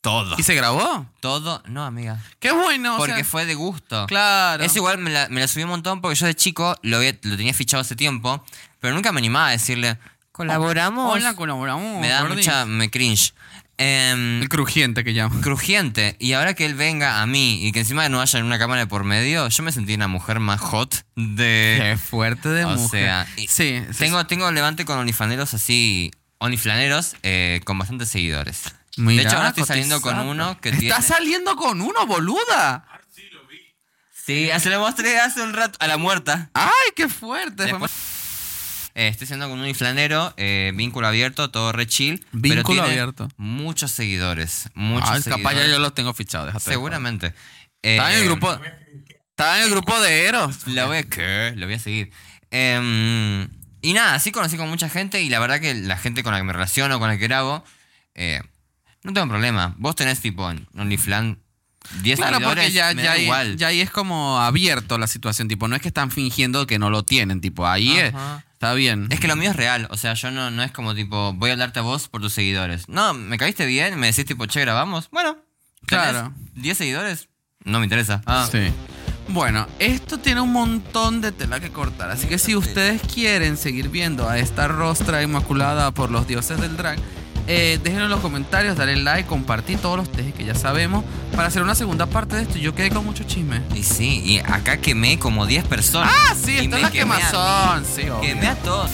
Speaker 3: todo.
Speaker 2: ¿Y se grabó?
Speaker 3: Todo, no, amiga.
Speaker 2: Qué bueno. o
Speaker 3: Porque
Speaker 2: sea,
Speaker 3: fue de gusto.
Speaker 2: Claro.
Speaker 3: Eso igual me la, me la subí un montón porque yo de chico lo, había- lo tenía fichado hace tiempo, pero nunca me animaba a decirle, colaboramos.
Speaker 2: Hola, colaboramos.
Speaker 3: me da
Speaker 2: Gordi.
Speaker 3: mucha, me cringe. Em,
Speaker 2: El crujiente que llama.
Speaker 3: crujiente, y ahora que él venga a mí y que encima no haya una cámara de por medio, yo me sentí una mujer más hot de...
Speaker 2: Qué fuerte de
Speaker 3: o
Speaker 2: mujer.
Speaker 3: sea, y-
Speaker 2: sí, sí,
Speaker 3: Tengo, tengo levante con olifaneros así, oliflaneros eh, con bastantes seguidores.
Speaker 2: Mira,
Speaker 3: de hecho, ahora estoy saliendo con
Speaker 2: cotizado.
Speaker 3: uno que
Speaker 2: ¿Estás
Speaker 3: tiene...
Speaker 2: saliendo con uno, boluda?
Speaker 3: Sí, se lo mostré hace un rato, a la muerta.
Speaker 2: ¡Ay, qué fuerte!
Speaker 3: Después- Eh, estoy siendo con un inflanero, eh, vínculo abierto, todo re chill. pero
Speaker 2: Vínculo
Speaker 3: tiene
Speaker 2: abierto.
Speaker 3: Muchos seguidores. Muchos
Speaker 2: Ay,
Speaker 3: seguidores.
Speaker 2: capaz ya yo los tengo fichados. déjate de
Speaker 3: Seguramente.
Speaker 2: joder. Estaba en
Speaker 3: Eh,
Speaker 2: el grupo. Estaba en el grupo de Eros.
Speaker 3: La voy a. ¿qué? Lo voy a seguir. Em, y nada, así conocí con mucha gente y la verdad que la gente con la que me relaciono, con la que grabo, eh, no tengo problema. Vos tenés tipo en OnlyFlan 10
Speaker 2: Claro, porque
Speaker 3: seguidores,
Speaker 2: ya,
Speaker 3: me
Speaker 2: ya
Speaker 3: da
Speaker 2: ahí,
Speaker 3: igual.
Speaker 2: ya ahí es como abierto la situación. Tipo, no es que están fingiendo que no lo tienen. Tipo, ahí es-
Speaker 3: Ajá.
Speaker 2: está bien.
Speaker 3: Es que lo mío es real, o sea, yo no, no es como tipo, voy a hablarte a vos por tus seguidores. No, me caíste bien, me decís tipo, che, grabamos. Bueno, ¿tenés
Speaker 2: Claro.
Speaker 3: 10 seguidores, no me interesa. Ah,
Speaker 2: Sí. Bueno, esto tiene un montón de tela que cortar, así que si ustedes quieren seguir viendo a esta rostra inmaculada por los dioses del drag, eh, déjenlo en los comentarios, dale like, compartir todos los tejes que ya sabemos. Para hacer una segunda parte de esto, yo quedé con mucho chisme.
Speaker 3: Y sí, y acá quemé como 10 personas.
Speaker 2: Ah, sí,
Speaker 3: Y
Speaker 2: está
Speaker 3: me
Speaker 2: la
Speaker 3: quemé a
Speaker 2: quemazón, sí,
Speaker 3: mí,
Speaker 2: obvio.
Speaker 3: Quemé a todos.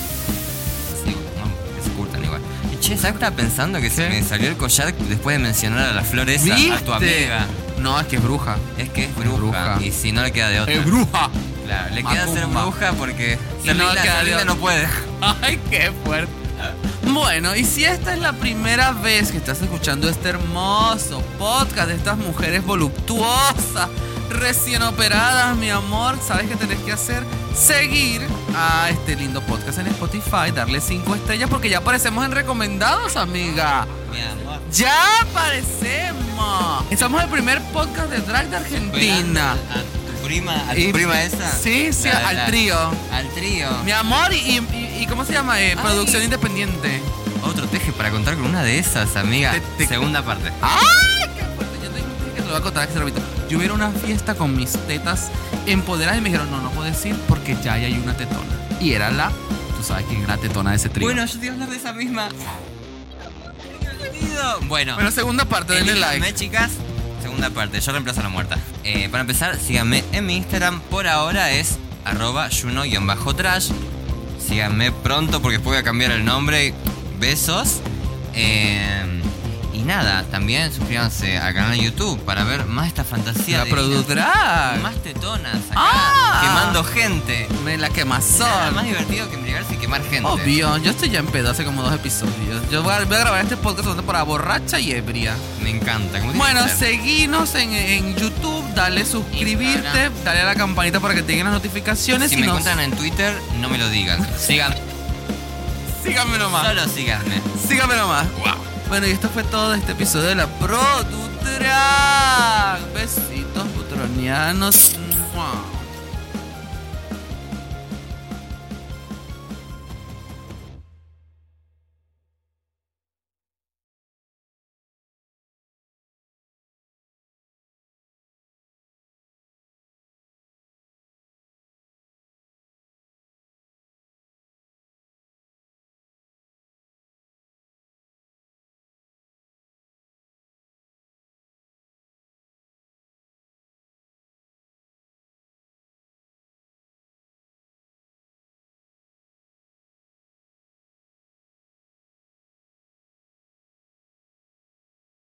Speaker 3: Sí, no, que se ocultan igual. Y, Che, ¿sabes qué estaba pensando? Que
Speaker 2: ¿Qué?
Speaker 3: se me salió el collar después de mencionar a la flor esa,
Speaker 2: ¿Viste?
Speaker 3: a tu amiga.
Speaker 2: No, es que es bruja.
Speaker 3: Es que es bruja.
Speaker 2: bruja.
Speaker 3: Y si no le queda de otra.
Speaker 2: ¡Es bruja!
Speaker 3: Claro, le queda ser
Speaker 2: Macumba.
Speaker 3: bruja porque
Speaker 2: Y
Speaker 3: ser
Speaker 2: no
Speaker 3: linda,
Speaker 2: le queda
Speaker 3: ser
Speaker 2: de
Speaker 3: linda
Speaker 2: otra.
Speaker 3: no puede.
Speaker 2: Ay, qué fuerte. Bueno, y si esta es la primera vez que estás escuchando este hermoso podcast de estas mujeres voluptuosas, recién operadas, mi amor, ¿sabes qué tenés que hacer? Seguir a este lindo podcast en Spotify, darle 5 estrellas porque ya aparecemos en recomendados, amiga.
Speaker 3: Mi amor.
Speaker 2: Ya aparecemos. Somos el primer podcast de drag de Argentina.
Speaker 3: A tu prima, a tu
Speaker 2: Y-
Speaker 3: prima esa.
Speaker 2: Sí, sí,
Speaker 3: La- la-
Speaker 2: al trío.
Speaker 3: Al trío.
Speaker 2: Mi amor, y, y- y ¿cómo se llama? Eh, producción independiente.
Speaker 3: Otro teje para contar con una de esas, amiga.
Speaker 2: Te- te-
Speaker 3: Segunda parte.
Speaker 2: ¡Ay, qué fuerte! Yo tengo que te lo voy a contar este ratito. Yo iba a ir a una fiesta con mis tetas empoderadas y me dijeron, no, no puedo decir porque ya ahí hay una tetona. Y era la, tú sabes quién era la tetona de ese trío.
Speaker 3: Bueno, yo te iba a hablar de esa misma. Bueno,
Speaker 2: Bueno, segunda parte, denle
Speaker 3: elíjanme,
Speaker 2: like.
Speaker 3: chicas. Segunda parte, yo reemplazo a la muerta. Eh, para empezar, síganme en mi Instagram. Por ahora es arroba yuno-trash. Síganme pronto porque después voy a cambiar el nombre. Besos. Eh, y nada, también suscríbanse al canal de YouTube para ver más esta fantasía.
Speaker 2: La
Speaker 3: de vida.
Speaker 2: produdrag.
Speaker 3: Más tetonas acá,
Speaker 2: Ah.
Speaker 3: quemando gente.
Speaker 2: Me la
Speaker 3: Nada
Speaker 2: quemazón.
Speaker 3: más divertido que embriagarse y quemar gente.
Speaker 2: Obvio, yo estoy ya en pedo hace como dos episodios. Yo voy a, voy a grabar este podcast solamente para borracha y ebria.
Speaker 3: Me encanta. como tiene
Speaker 2: Bueno,
Speaker 3: que ser.
Speaker 2: seguinos en, en YouTube, dale suscribirte,
Speaker 3: Instagram.
Speaker 2: dale a la campanita para que te lleguen las notificaciones
Speaker 3: Si
Speaker 2: y
Speaker 3: me
Speaker 2: nos...
Speaker 3: encuentran en Twitter, no me lo digan. Síganme.
Speaker 2: Síganme nomás.
Speaker 3: Solo síganme.
Speaker 2: Síganme nomás. Bueno, y esto fue todo de este episodio de la Produtra. Besitos putronianos.